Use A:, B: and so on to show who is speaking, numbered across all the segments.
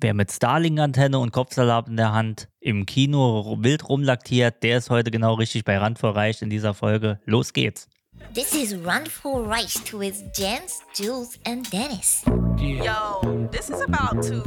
A: Wer mit Starling-Antenne und Kopfsalat in der Hand im Kino wild rumlaktiert, der ist heute genau richtig bei Rand vor Reich in dieser Folge. Los geht's.
B: This is Run for Rice with Jens, Jules, and Dennis.
C: Yo, this is about to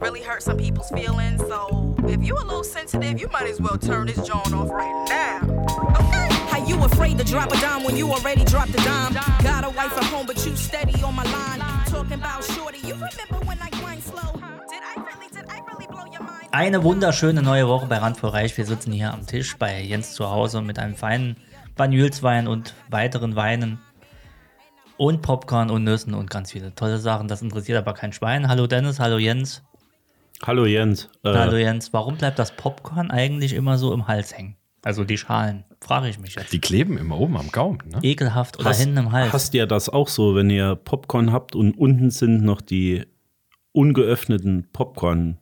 C: really hurt some people's feelings. So if you a little sensitive, you might as well turn this joint off right now. Okay.
D: How you afraid to drop a dime when you already dropped a dime? Got a wife at home, but you steady on my line. Talking about shorty, you remember when I grind slow? Did I really, did I really blow your mind?
A: Eine wunderschöne neue Woche bei Rand vor Reich. Wir sitzen hier am Tisch bei Jens zu Hause mit einem feinen Banyulswein und weiteren Weinen und Popcorn und Nüssen und ganz viele tolle Sachen. Das interessiert aber kein Schwein. Hallo Dennis, hallo Jens.
E: Hallo Jens. Äh,
A: Hallo Jens, warum bleibt das Popcorn eigentlich immer so im Hals hängen? Also die Schalen, frage ich mich jetzt.
F: Die kleben immer oben am Gaumen, ne?
A: Ekelhaft oder
E: hast-
A: hinten im Hals.
E: Hast ihr das auch so, wenn ihr Popcorn habt und unten sind noch die ungeöffneten Popcorn-Körner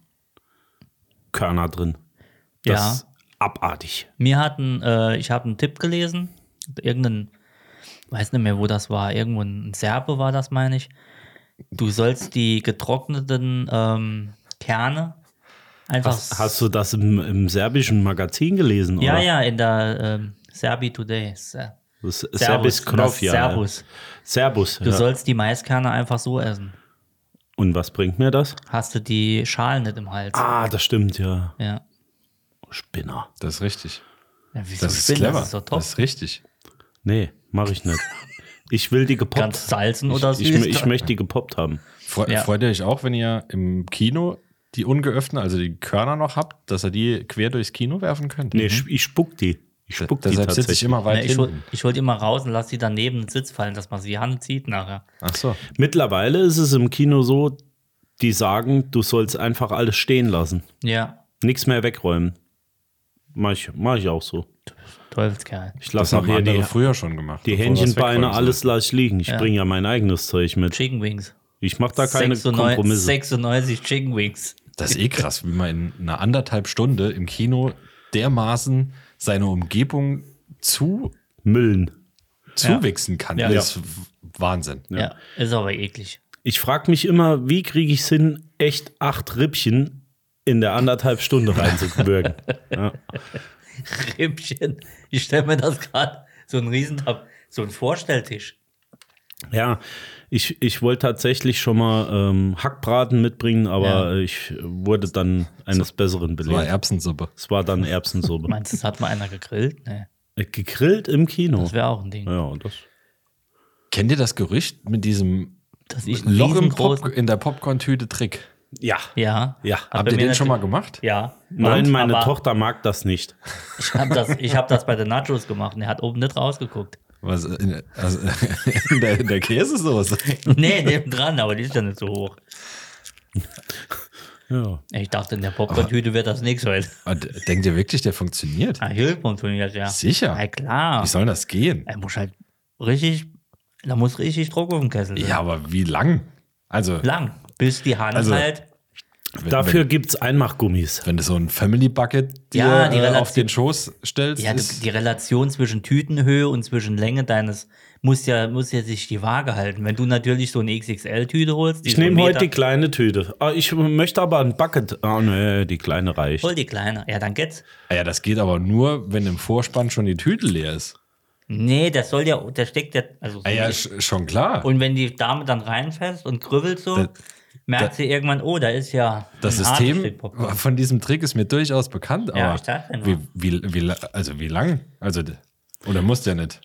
E: drin?
A: Ja.
E: Das ist abartig.
A: Mir hatten, äh, ich habe einen Tipp gelesen, irgendein, weiß nicht mehr, wo das war, irgendwo ein Serbe war das, meine ich. Du sollst die getrockneten ähm, Kerne einfach.
E: Hast, hast du das im, im serbischen Magazin gelesen?
A: ja,
E: oder?
A: ja, in der ähm, Serbi Today. Se-
E: Das ist
A: Servus,
E: Serbis Krofja.
A: das Servus.
E: Servus.
A: Du
E: Ja.
A: sollst die Maiskerne einfach so essen.
E: und was bringt mir das?
A: Hast du die Schalen nicht im Hals.
E: Ah, das stimmt, ja. Oh,
A: Ja.
E: Spinner.
F: Das ist richtig.
A: Ja, wieso
F: Das ist
A: Spinner?
F: clever.
A: Das ist doch top.
F: Das ist richtig.
E: Nee, mache ich nicht. Ich will die gepoppt.
A: Ganz salzen oder
E: ich,
A: süß? Ne,
E: ich, ich möchte die gepoppt haben.
F: Fre
A: Ja.
F: Freut ihr euch auch, wenn ihr im Kino die ungeöffneten, also die Körner noch habt, dass ihr die quer durchs Kino werfen könnt?
E: Nee, ich- ich spuck die. Ich spuck die
F: Deshalb sitze
E: tatsächlich.
F: ich immer weit
A: Ne, Mhm. ich hol,
F: hinten.
A: ich hol die mal raus und lass die dann neben den Sitz fallen, dass man sie Hand zieht nachher.
F: Ach so.
E: Mittlerweile ist es im Kino so, die sagen, du sollst einfach alles stehen lassen.
A: Ja,
E: Nichts mehr wegräumen. Mach ich, mach ich auch so.
A: Teufelskerl.
E: Ich
F: Das
E: lasse
F: haben
E: nachher
F: andere
E: die,
F: früher schon gemacht.
E: die
F: bevor das
E: Hähnchenbeine,
F: wegräumen
E: alles lasse ich liegen. Ich
A: Ja.
E: bringe ja mein eigenes Zeug mit.
A: Chicken Wings.
E: Ich mache da keine
A: 96
E: Kompromisse.
A: 96 Chicken Wings.
F: sollen. Das ist eh krass, wie man in einer anderthalb Stunde im Kino dermaßen seine Umgebung zu,
E: Müllen.
F: zuwichsen kann.
A: Ja.
F: Das ist Wahnsinn.
A: Ja. ist aber eklig.
E: Ich frage mich immer, wie kriege ich es hin, echt acht Rippchen in der anderthalb Stunde reinzubürgen. ja.
A: Rippchen. Ich stelle mir das gerade so ein Riesentab, so ein Vorstelltisch.
E: Ja, ich, ich wollte tatsächlich schon mal ähm, Hackbraten mitbringen, aber ich wurde dann eines Besseren
F: Das war
E: belehrt.
F: Erbsensuppe.
E: Es war dann Erbsensuppe.
A: Meinst du, das hat mal einer gegrillt? Nee,
E: Äh, Gegrillt im Kino.
A: das wäre auch ein Ding.
E: ja, und das.
F: Kennt ihr das Gerücht mit diesem
A: Dass ich einen
F: Loch im
A: riesengroßen-
F: Pop in der Popcorn-Tüte Trick?
E: Ja.
A: Ja.
E: Ja,
A: Hat
F: Habt
A: bei
F: ihr
A: mir
F: den schon mal
A: natürlich-
F: gemacht?
A: Ja.
E: Nein,
A: Und-
E: meine
A: aber
E: Tochter mag das nicht.
A: Ich habe das, ich hab das bei den Nachos gemacht und er hat oben nicht rausgeguckt.
F: Was, in, also, in, der, in der Käsesoße?
A: Nee, neben dran, aber die ist ja nicht so hoch.
E: Ja.
A: Ich dachte, in der Popcorn-Tüte wird das nichts heute.
F: Und Denkt ihr wirklich, der funktioniert?
A: Ah, Hilfpunkt funktioniert, ja.
F: Sicher.
A: Na klar.
F: Wie soll das gehen?
A: Er muss halt richtig, da muss richtig Druck auf den Kessel sein.
F: Ja, aber wie lang? Also,
A: Lang, bis die Hand
F: Also,
A: halt.
F: wenn,
E: Dafür gibt es Einmachgummis.
F: wenn, wenn du so ein Family Bucket dir,
A: Ja, die
F: äh, auf
A: Relation-
F: den Schoß stellst,
A: Ja, die,
F: ist,
A: die Relation zwischen Tütenhöhe und zwischen Länge deines muss ja, muss ja sich die Waage halten. Wenn du natürlich so eine XXL-Tüte holst, die
E: Ich
A: so einen
E: nehme heute
A: Meter-
E: die kleine Tüte. Ah, Ich möchte aber ein Bucket. Ah, nee, die kleine reicht.
A: Hol die kleine. Ja, dann geht's.
F: Ah ja, das geht aber nur, wenn im Vorspann schon die Tüte leer ist.
A: Nee, das soll ja, da steckt ja, also so
F: Ah ja,
A: nicht.
F: sch- schon klar.
A: Und wenn die Dame dann reinfasst und krübbelt so,
F: Da-
A: merkt sie irgendwann, oh, da ist ja
F: das
A: ein hartes
F: System
A: Stück Popcorn.
F: von diesem Trick ist mir durchaus bekannt,
A: Ja,
F: aber
A: ich dachte nur.
F: wie, wie, wie, la- also wie lang? Also, d- oder muss der nicht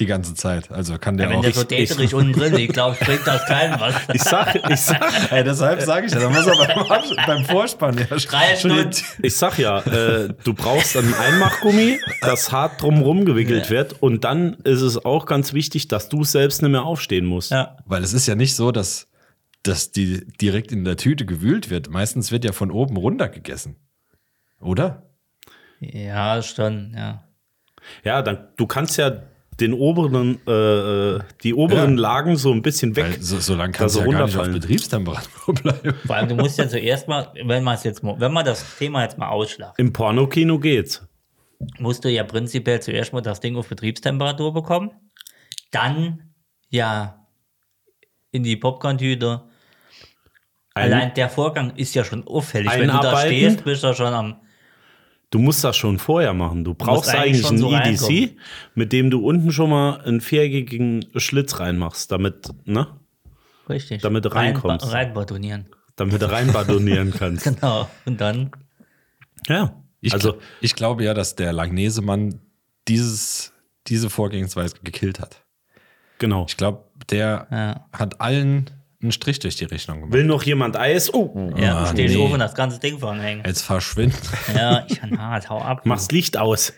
F: die ganze Zeit? Also kann der
A: Wenn
F: auch.
A: der so
F: Ich-
A: däterig unten drin liegt, glaube ich, bringt das keinen was.
E: Ich sag, ich sag,
F: Ey, deshalb sage ich ja, da muss er beim, Abs- beim Vorspann ja
A: Drei
F: schon die
A: Stunden.
F: Tü-
E: Ich sag ja, äh, du brauchst ein Einmachgummi, das hart drumrum gewickelt wird. Und dann ist es auch ganz wichtig, dass du selbst nicht mehr aufstehen musst.
A: Ja.
F: Weil es ist ja nicht so, dass, dass die direkt in der Tüte gewühlt wird. Meistens wird ja von oben runter gegessen. Oder?
A: Ja, schon, ja.
E: Ja, dann du kannst ja den oberen, äh, äh, die oberen
F: Ja.
E: Lagen so ein bisschen weg.
F: Weil so, so lange
E: Dass
F: kannst du
E: sie
F: ja gar nicht auf
E: Also runterfallen.
F: Betriebstemperatur bleiben.
A: Vor allem, du musst ja zuerst mal, wenn man es jetzt, mo- wenn man das Thema jetzt mal ausschlagt,
E: Im Pornokino geht's.
A: musst du ja prinzipiell zuerst mal das Ding auf Betriebstemperatur bekommen, dann ja in die Popcorn-Tüte Allein der Vorgang ist ja schon auffällig. Wenn du da
E: Einarbeiten?
A: stehst, bist du schon am.
E: Du musst das schon vorher machen. Du brauchst
A: eigentlich
E: eigentlich,
A: schon so
E: einen EDC,
A: reinkommen.
E: mit dem du unten schon mal einen viereckigen Schlitz reinmachst, damit, ne?
A: Richtig.
E: Damit du reinkommst.
A: Rein, reinbadonieren.
E: Damit du reinbadonieren kannst.
A: Genau. Und dann
E: Ja.
F: Ich,
E: also,
F: also, ich glaube ja, dass der Langnesemann dieses, diese Vorgehensweise gekillt hat.
E: genau.
F: Ich glaube, der hat allen einen Strich durch die Rechnung gemacht.
E: Will noch jemand Eis? Oh,
A: ja,
F: Ah,
A: stehst du
F: nee.
A: auf und das ganze Ding vorhängen.
F: Jetzt verschwindet.
A: Ja, ich kann hart, hau ab.
E: mach's Licht aus.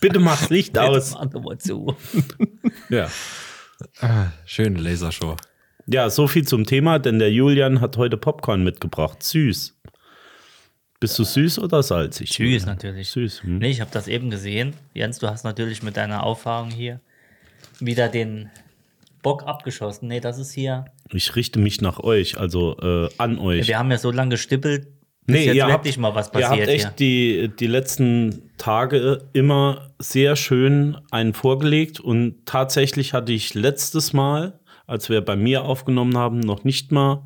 E: Bitte mach's Licht aus.
A: Mach doch mal zu.
E: Ja.
F: Schöne Lasershow.
E: ja, so viel zum Thema, denn der Julian hat heute Popcorn mitgebracht. Süß. Bist du süß oder salzig?
A: Süß natürlich.
E: Süß, hm.
A: Nee, ich habe das eben gesehen. Jens, du hast natürlich mit deiner Auffahrung hier wieder den Bock abgeschossen. Nee, das ist hier.
E: Ich richte mich nach euch, also äh, an euch.
A: Wir haben ja so lange gestippelt, bis
E: Nee,
A: jetzt
E: ihr habt,
A: wirklich mal was
E: ihr habt
A: passiert
E: echt
A: hier.
E: Die, die letzten Tage immer sehr schön einen vorgelegt und tatsächlich hatte ich letztes Mal, als wir bei mir aufgenommen haben, noch nicht mal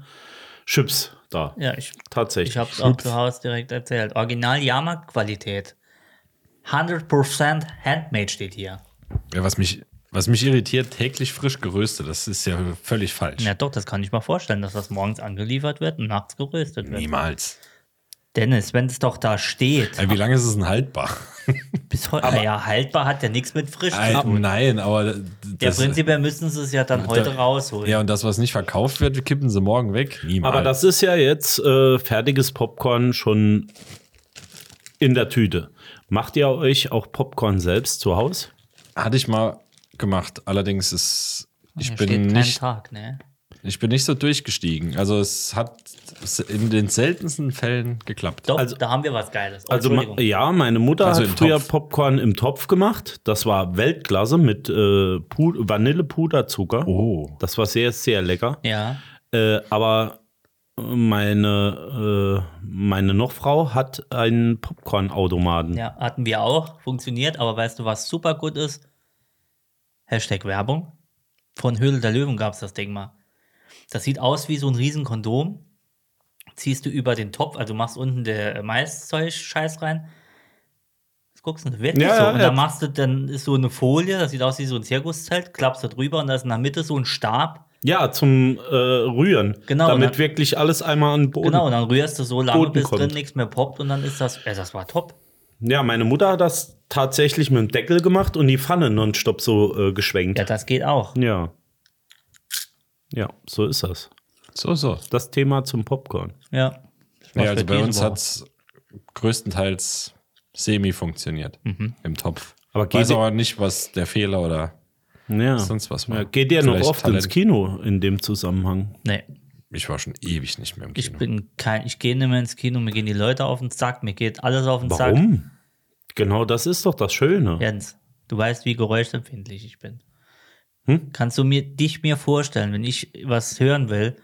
E: Chips da.
A: Ja, ich,
E: Tatsächlich.
A: ich habe es auch zu Hause direkt erzählt. Original Jahrmarktqualität. 100% Handmade steht hier.
F: Ja, was mich, was mich irritiert, täglich frisch geröstet. Das ist ja völlig falsch.
A: Ja, doch, das kann ich mir vorstellen, dass das morgens angeliefert wird und nachts geröstet wird.
F: Niemals.
A: Dennis, wenn es doch da steht,
F: Ey, wie lange ist es denn haltbar?
A: bis heute. Ah Ja, haltbar hat ja nichts mit frisch zu
F: Ey,
A: tun.
F: nein, aber
A: Ja,
F: das,
A: prinzipiell müssen sie es ja dann heute rausholen.
F: Ja, und das, was nicht verkauft wird, kippen sie morgen weg. Niemals.
E: Aber das ist ja jetzt äh, fertiges Popcorn schon in der Tüte. Macht ihr euch auch Popcorn selbst zu Hause?
F: hatte ich mal gemacht. Allerdings ist ich
A: Hier
F: bin
A: steht kein
F: nicht
A: Tag, ne?
F: ich bin nicht so durchgestiegen. Also es hat s- in den seltensten Fällen geklappt.
A: Doch, da haben wir was Geiles. Oh,
E: Also ma-
A: Entschuldigung.
E: ja, meine Mutter
F: Also
E: hat
F: im
E: früher
F: Topf.
E: Popcorn im Topf gemacht. Das war Weltklasse mit äh, Pu- Vanillepuderzucker.
F: Oh.
E: Das war sehr, sehr lecker.
A: ja.
E: Äh, aber äh, meine, äh, meine Nochfrau hat einen Popcorn-Automaten.
A: Ja, hatten wir auch, funktioniert, aber weißt du, was super gut ist? Hashtag Werbung. Von Höhle der Löwen gab es das Ding mal. Das sieht aus wie so ein Riesenkondom. Ziehst du über den Topf, also machst unten der Maiszeug-Scheiß rein. Das guckst du wirklich
E: Ja,
A: so.
E: ja,
A: und
E: ja.
A: dann machst du, dann ist so eine Folie, das sieht aus wie so ein Zirkuszelt, klappst da drüber und da ist in der Mitte so ein Stab.
E: Ja, zum äh, Rühren.
A: Genau,
E: Damit
A: ne?
E: wirklich alles einmal an den Boden.
A: Genau, und dann rührst du so lange,
E: Boden
A: bis drin
E: kommt.
A: nichts mehr poppt und dann ist das, äh, das war top.
E: Ja, meine Mutter hat das tatsächlich mit dem Deckel gemacht und die Pfanne nonstop so äh, geschwenkt.
A: Ja, das geht auch.
E: ja. Ja, so ist das.
F: So so.
E: Das Thema zum Popcorn.
A: Ja.
F: Ja,
A: Was
F: also
A: für
F: bei
A: diese
F: uns
A: Woche.
F: hat es größtenteils semi funktioniert
A: Mhm.
F: im Topf.
E: Aber
F: Weiß
E: geht-
F: aber nicht, was der Fehler oder
E: Ja.
F: sonst was war.
E: Ja, geht ihr noch
F: Vielleicht
E: oft
F: Talent.
E: ins Kino in dem Zusammenhang?
A: Nee,
F: Ich war schon ewig nicht mehr im
A: Ich
F: Kino.
A: bin kein, ich gehe nicht mehr ins Kino, mir gehen die Leute auf den Sack, mir geht alles auf den Sack.
E: Warum? Genau das ist doch das Schöne.
A: Jens, du weißt, wie geräuschempfindlich ich bin.
F: Hm?
A: Kannst du mir, dich mir vorstellen, wenn ich was hören will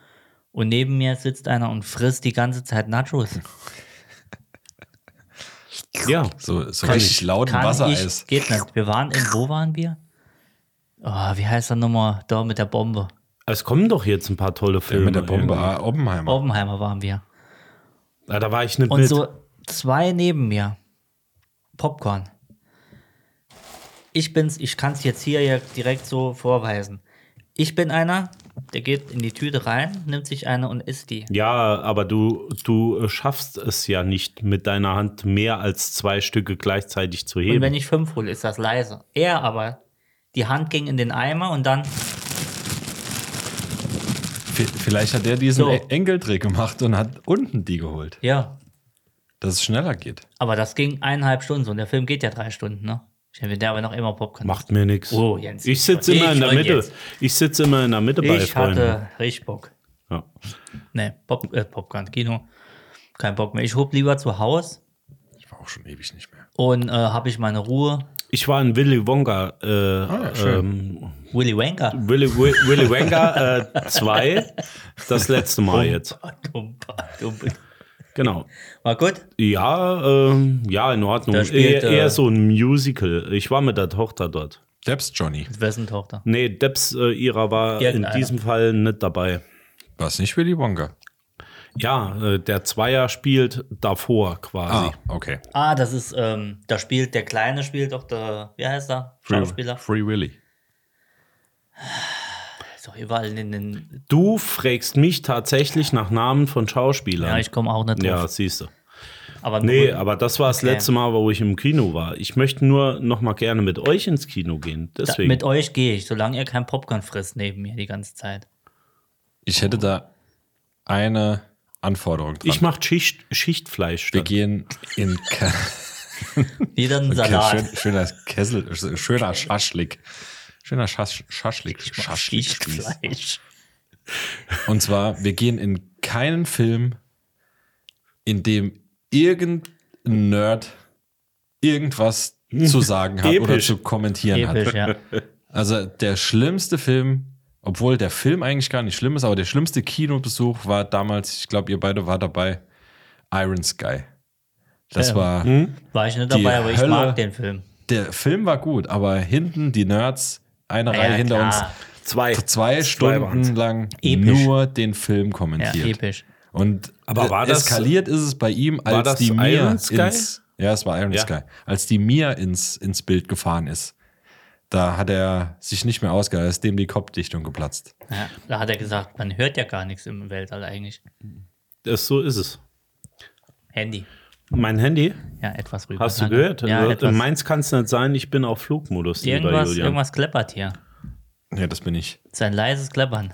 A: und neben mir sitzt einer und frisst die ganze Zeit Nachos?
E: Ja.
F: so so
A: Kann
F: richtig lauten
A: kann
F: Wassereis.
A: Ich, geht nicht. Wir waren in, wo waren wir? Oh, wie heißt der nochmal? Da mit der Bombe.
E: Es kommen doch jetzt ein paar tolle Filme.
F: mit der Bombe
E: irgendwie.
F: ah, Oppenheimer.
A: Oppenheimer waren wir.
E: Ja, da war ich ne nicht
A: Und
E: mit.
A: so zwei neben mir. Popcorn. Ich bin's, ich kann's jetzt hier ja direkt so vorweisen. Ich bin einer, der geht in die Tüte rein, nimmt sich eine und isst die.
E: ja, aber du, du äh, schaffst es ja nicht, mit deiner Hand mehr als zwei Stücke gleichzeitig zu
A: Und wenn
E: heben.
A: ich fünf hole, ist das leise. Er aber, die Hand ging in den Eimer und dann,
F: V- Vielleicht hat der diesen
A: So.
F: E- Enkeltrick gemacht und hat unten die geholt,
A: ja.
F: dass es schneller geht.
A: Aber das ging eineinhalb Stunden so und der Film geht ja drei Stunden, ne? Ich habe der aber noch immer Popcorn.
E: Macht mir nichts.
A: Oh, Jens.
E: ich sitze immer in der
A: und
E: Mitte.
A: Jens.
E: Ich sitze immer in der Mitte bei
A: Ich
E: Freunden.
A: hatte richtig Bock.
E: Ja.
A: Nee, Pop, äh, Popcorn, Kino. Kein Bock mehr. Ich hob lieber zu Haus
F: Ich war auch schon ewig nicht mehr.
A: und äh, habe ich meine Ruhe.
E: Ich war in Willy Wonka, äh,
A: Ah.
E: ähm,
A: Willy Wanker.
E: Willy, Wi- Willy Wonka 2, äh, zwei, das letzte Mal
A: Oh.
E: jetzt. Genau.
A: War gut?
E: Ja, ähm, ja, in Ordnung.
A: Da spielt,
E: eher,
A: äh,
E: eher so ein Musical. Ich war mit der Tochter dort.
F: Debs Johnny.
A: Wessen Tochter?
E: Nee, Debs äh, ihrer war in
A: Irgendeiner.
E: diesem Fall nicht dabei.
F: War es nicht Willy Wonka?
E: Ja, äh, der Zweier spielt davor quasi.
F: Ah, okay.
A: Ah, das ist, ähm, da spielt der Kleine, spielt doch der, wie heißt er? Schauspieler.
F: Free Willy.
A: Ist doch überall in den.
E: Du fragst mich tatsächlich nach Namen von Schauspielern.
A: Ja, ich komme auch nicht
E: Ja,
A: drauf.
E: siehst du.
A: aber
E: Nee,
A: nur-
E: aber das war das
A: Okay.
E: letzte Mal, wo ich im Kino war. Ich möchte nur noch mal gerne mit euch ins Kino gehen.
A: da,
E: Deswegen.
A: mit euch gehe ich, solange ihr kein Popcorn frisst neben mir die ganze Zeit.
F: Ich hätte da eine Anforderung dran.
E: ich mache Schicht, Schichtfleisch.
F: Wir
E: Dann.
F: gehen in Ke
A: Jeder einen
F: schön,
A: Salat.
F: schöner Kessel, schöner Schaschlik. Schöner Schasch, Schaschlik. Schaschlik.
A: Schichtfleisch.
F: Und zwar, wir gehen in keinen Film, in dem irgendein Nerd irgendwas zu sagen hat oder
E: Episch.
F: zu kommentieren
A: Episch,
F: hat.
A: ja.
F: Also der schlimmste Film, obwohl der Film eigentlich gar nicht schlimm ist, aber der schlimmste Kinobesuch war damals, ich glaube, ihr beide wart dabei, Iron Sky. Das
A: Ja. Mhm.
F: war,
A: War ich nicht
F: Die
A: dabei, aber ich
F: Hölle.
A: mag den Film.
F: der Film war gut, aber hinten die Nerds, eine
A: Ja,
F: Reihe hinter
A: klar.
E: Zwei.
F: uns, zwei Stunden
E: waren's.
F: lang
A: Episch.
F: nur den Film
A: Ja,
F: kommentiert.
A: episch.
F: Und äh,
E: Aber war das-
F: eskaliert ist es bei ihm, als
E: war das
F: die Mia
E: Iron Sky?
F: ins ja, es war Iron
E: Ja.
F: Sky, als die Mia ins ins Bild gefahren ist. Da hat er sich nicht mehr ausgehalten, da ist dem die Kopfdichtung geplatzt.
A: Ja, da hat er gesagt, man hört ja gar nichts im Weltall eigentlich.
E: Das, so ist es.
A: Handy.
E: Mein Handy,
A: Ja, etwas rüber.
E: hast du
A: Danke.
E: gehört?
A: Ja,
E: Also,
A: etwas.
E: Meins kann es nicht sein, ich bin auf Flugmodus, lieber
A: irgendwas,
E: Julian.
A: irgendwas kleppert hier.
F: Ja, das bin ich.
A: Sein leises Kleppern.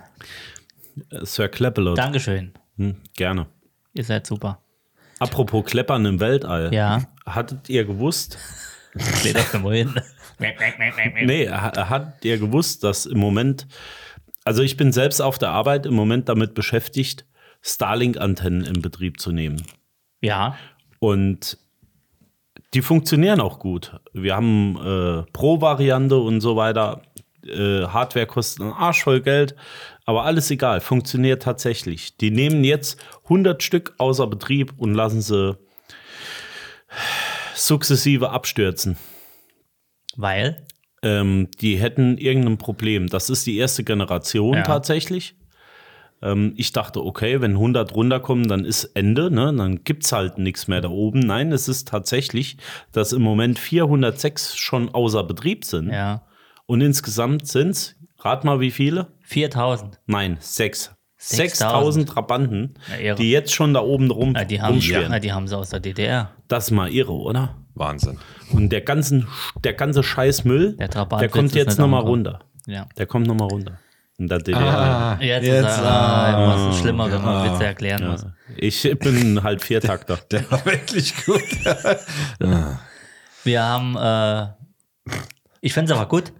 E: Äh, Sir Clappelot.
A: Dankeschön.
E: Hm, gerne.
A: Ihr seid super.
E: Apropos Kleppern im Weltall.
A: Ja.
E: Hattet ihr gewusst,
A: Kleht auf dem Hin.
E: Nee, ha- hat ihr gewusst, dass im Moment, also ich bin selbst auf der Arbeit im Moment damit beschäftigt, Starlink-Antennen in Betrieb zu nehmen.
A: Ja,
E: Und die funktionieren auch gut. Wir haben äh, Pro-Variante und so weiter. Äh, Hardware kostet einen Arsch voll Geld, aber alles egal, funktioniert tatsächlich. Die nehmen jetzt 100 Stück außer Betrieb und lassen sie sukzessive abstürzen.
A: weil.
E: Ähm, die hätten irgendein Problem. Das ist die erste Generation
A: Ja.
E: tatsächlich. Ähm, ich dachte, okay, wenn 100 runterkommen, dann ist Ende, ne? dann gibt es halt nichts mehr da oben. Nein, es ist tatsächlich, dass im Moment 406 schon außer Betrieb sind.
A: Ja.
E: Und insgesamt sind es, rat mal wie viele?
A: 4000.
E: Nein, sechs.
A: 6.000.
E: 6000 Trabanten,
A: Na, irre.
E: die jetzt schon da oben rum
A: Na, die haben,
E: rumschwirren.
A: na, die haben sie aus der DDR.
E: Das ist mal irre, oder?
F: Wahnsinn.
E: Und der, ganzen, der ganze Scheißmüll,
A: Der
E: der,
A: Trabantwitz
E: kommt
A: ist
E: jetzt
A: nicht
E: nochmal
A: angekommen.
E: runter.
A: Ja.
E: Der kommt nochmal runter. In der DDR.
A: Jetzt, jetzt ist er, ah, was ist schlimmer, wenn man Witze erklären muss.
E: Ich bin halt Viertakter.
F: Der war wirklich gut.
A: Wir haben, äh, ich finde es aber gut,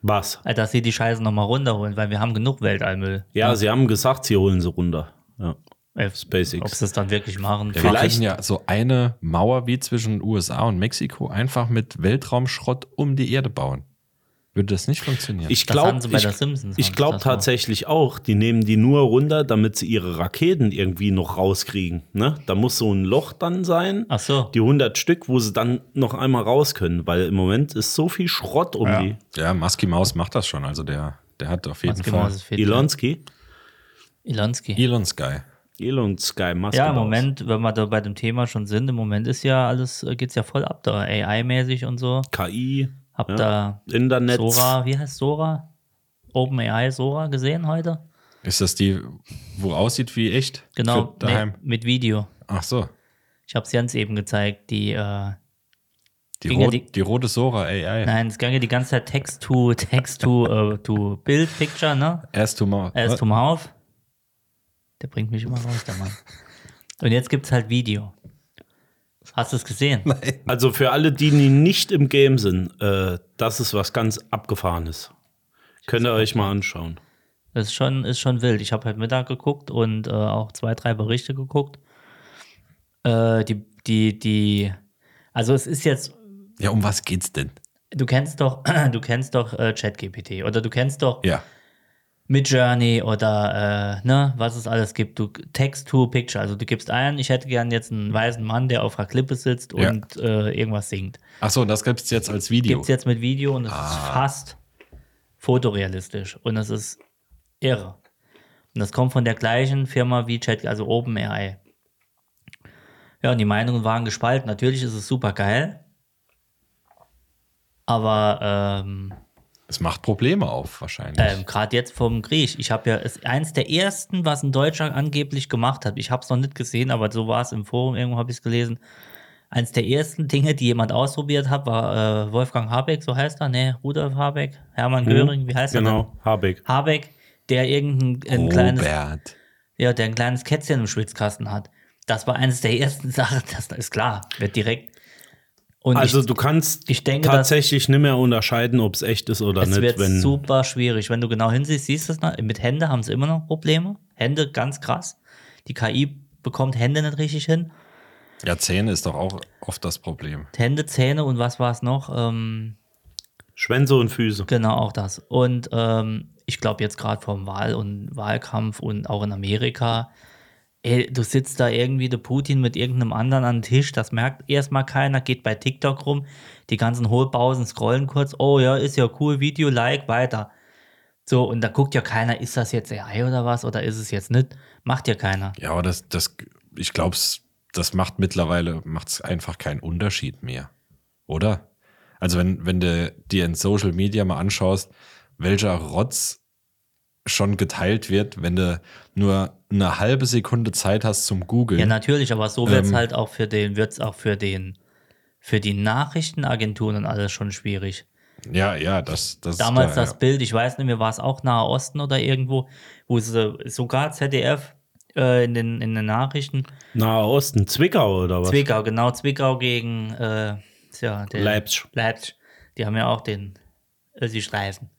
E: Was?
A: dass sie die Scheiße nochmal runterholen, weil wir haben genug Weltallmüll.
E: Ja, sie haben gesagt, sie holen sie runter. Ja.
A: Äh,
E: SpaceX.
A: Ob sie es dann wirklich machen.
F: Wir
E: Vielleicht-
F: könnten ja so eine Mauer wie zwischen USA und Mexiko einfach mit Weltraumschrott um die Erde bauen. Würde das nicht funktionieren?
E: Ich
A: Das
E: glaube
A: haben sie bei
E: ich,
A: der Simpsons,
E: ich
A: haben sie
E: glaub
A: das
E: tatsächlich auch, die nehmen die nur runter, damit sie ihre Raketen irgendwie noch rauskriegen. Ne? Da muss so ein Loch dann sein,
A: Ach so.
E: die 100 Stück, wo sie dann noch einmal raus können, weil im Moment ist so viel Schrott um die.
F: ja, Musky Maus macht das schon. Also der, der hat auf jeden
A: Maske
F: Fall
A: Maus genau ist fit.
E: Elonsky?
A: Ilonski.
F: Elon Sky.
E: Elon Sky Musk.
A: Ja, im
E: oder was?
A: Moment, wenn wir da bei dem Thema schon sind, im Moment ist ja alles, äh, geht's ja voll ab da, AI-mäßig und so.
E: KI,
A: Hab
E: ja,
A: da
E: Internet.
A: Sora, wie heißt Sora? OpenAI Sora gesehen heute?
F: Ist das die, wo aussieht wie echt?
A: Genau,
F: Für daheim.
A: Mit, mit Video.
F: Ach so.
A: Ich hab's Jens eben gezeigt, die, äh,
F: Die,
A: Ging ja
F: rot,
A: die-
F: die, rote Sora AI.
A: nein, es ging ja die ganze Zeit Text to, Text to, äh, to Bild, Picture, ne?
F: Erst du mal.
A: Erst vom Hauf. Der bringt mich immer raus, der Mann. Und jetzt gibt's halt Video. Hast du es gesehen?
E: Also für alle, die nie- nicht im Game sind, äh, das ist was ganz Abgefahrenes. Könnt ihr euch mal anschauen.
A: Das ist schon, ist schon wild. Ich habe heute Mittag geguckt und äh, auch zwei, drei Berichte geguckt. Äh, die, die, die, also es ist jetzt,
F: ja, um was geht's denn?
A: du kennst doch, du kennst doch äh, ChatGPT oder du kennst doch
F: Ja.
A: Midjourney oder äh, ne, was es alles gibt. Du Text to Picture, also du gibst ein, ich hätte gern jetzt einen weißen Mann, der auf einer Klippe sitzt
F: Ja.
A: und äh, irgendwas singt.
F: Ach so, und das gibt's jetzt als Video.
A: Gibt es jetzt mit Video und es ist fast fotorealistisch und es ist irre. Und das kommt von der gleichen Firma wie Chat, also OpenAI. Ja, und die Meinungen waren gespalten. Natürlich ist es super geil. Aber ähm,
F: Es macht Probleme auf, wahrscheinlich.
A: ähm, gerade jetzt vom Griech. Ich habe ja ist eins der ersten, was in Deutschland angeblich gemacht hat. Ich habe es noch nicht gesehen, aber so war es im Forum. Irgendwo habe ich es gelesen. Eins der ersten Dinge, die jemand ausprobiert hat, war äh, Wolfgang Habeck, so heißt er. Nee, Rudolf Habeck, Hermann Göring, Hm? wie heißt er?
E: Mhm, Genau, Oh, Habeck.
A: denn? Habeck, der irgendein ein kleines
F: Robert.
A: ja, der ein kleines Kätzchen im Schwitzkasten hat. Das war eines der ersten Sachen, das ist klar, wird direkt. Und
E: Also
A: ich,
E: du kannst
A: ich denke, dass-
E: tatsächlich nicht mehr unterscheiden, ob es echt ist oder
A: es
E: nicht.
A: wird
E: Wenn,
A: super schwierig. Wenn du genau hinsiehst, siehst du es noch. Mit Hände haben sie immer noch Probleme. Hände ganz krass. Die KI bekommt Hände nicht richtig hin.
F: Ja, Zähne ist doch auch oft das Problem.
A: Hände, Zähne und was war es noch? Ähm,
E: Schwänze und Füße.
A: Genau, auch das. Und ähm, ich glaube jetzt gerade vom Wahl- und Wahlkampf und auch in Amerika, ey, du sitzt da irgendwie, der Putin mit irgendeinem anderen an den Tisch, das merkt erstmal keiner, geht bei TikTok rum, die ganzen Hohlpausen scrollen kurz, oh ja, ist ja cool, Video, Like, weiter. So, und da guckt ja keiner, ist das jetzt AI oder was, oder ist es jetzt nicht? Macht ja keiner.
F: Ja, aber das, das ich glaube, das macht mittlerweile macht's einfach keinen Unterschied mehr. Oder? Also, wenn, wenn du dir in Social Media mal anschaust, welcher Rotz schon geteilt wird, wenn du nur eine halbe Sekunde Zeit hast zum Googeln.
A: Ja, natürlich, aber so wird es
F: Mhm. Ähm.
A: halt auch für den, wird es auch für den, für die Nachrichtenagenturen und alles schon schwierig.
F: ja, ja, das, das
A: Damals
F: ist
A: das Bild, ich weiß nicht mehr, war es auch Nahe Osten oder irgendwo, wo sie sogar ZDF äh, in, den, in den Nachrichten,
E: Nahe Osten, Zwickau oder was?
A: Zwickau, genau, Zwickau gegen äh, tja, den-
E: Leipzig.
A: Leipzig. Die haben ja auch den, äh, sie streifen.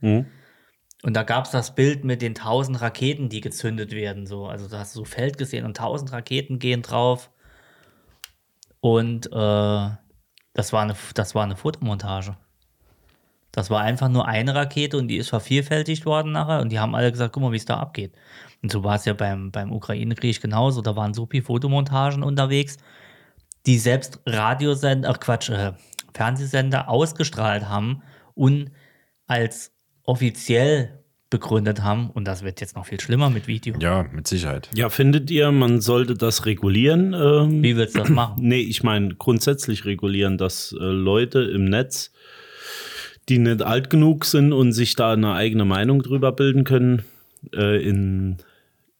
A: Und da gab es das Bild mit den tausend Raketen, die gezündet werden. So. Also da hast du so Feld gesehen und tausend Raketen gehen drauf. Und äh, das, war eine, das war eine Fotomontage. Das war einfach nur eine Rakete und die ist vervielfältigt worden nachher und die haben alle gesagt, guck mal, wie es da abgeht. Und so war es ja beim, beim Ukraine-Krieg genauso. Da waren so viele Fotomontagen unterwegs, die selbst Radiosender, ach Quatsch, äh, Fernsehsender ausgestrahlt haben und als offiziell begründet haben. Und das wird jetzt noch viel schlimmer mit Video.
F: Ja, mit Sicherheit.
E: Ja, findet ihr, man sollte das regulieren? Ähm,
A: Wie willst du das machen?
E: nee, ich meine grundsätzlich regulieren, dass äh, Leute im Netz, die nicht alt genug sind und sich da eine eigene Meinung drüber bilden können, äh, in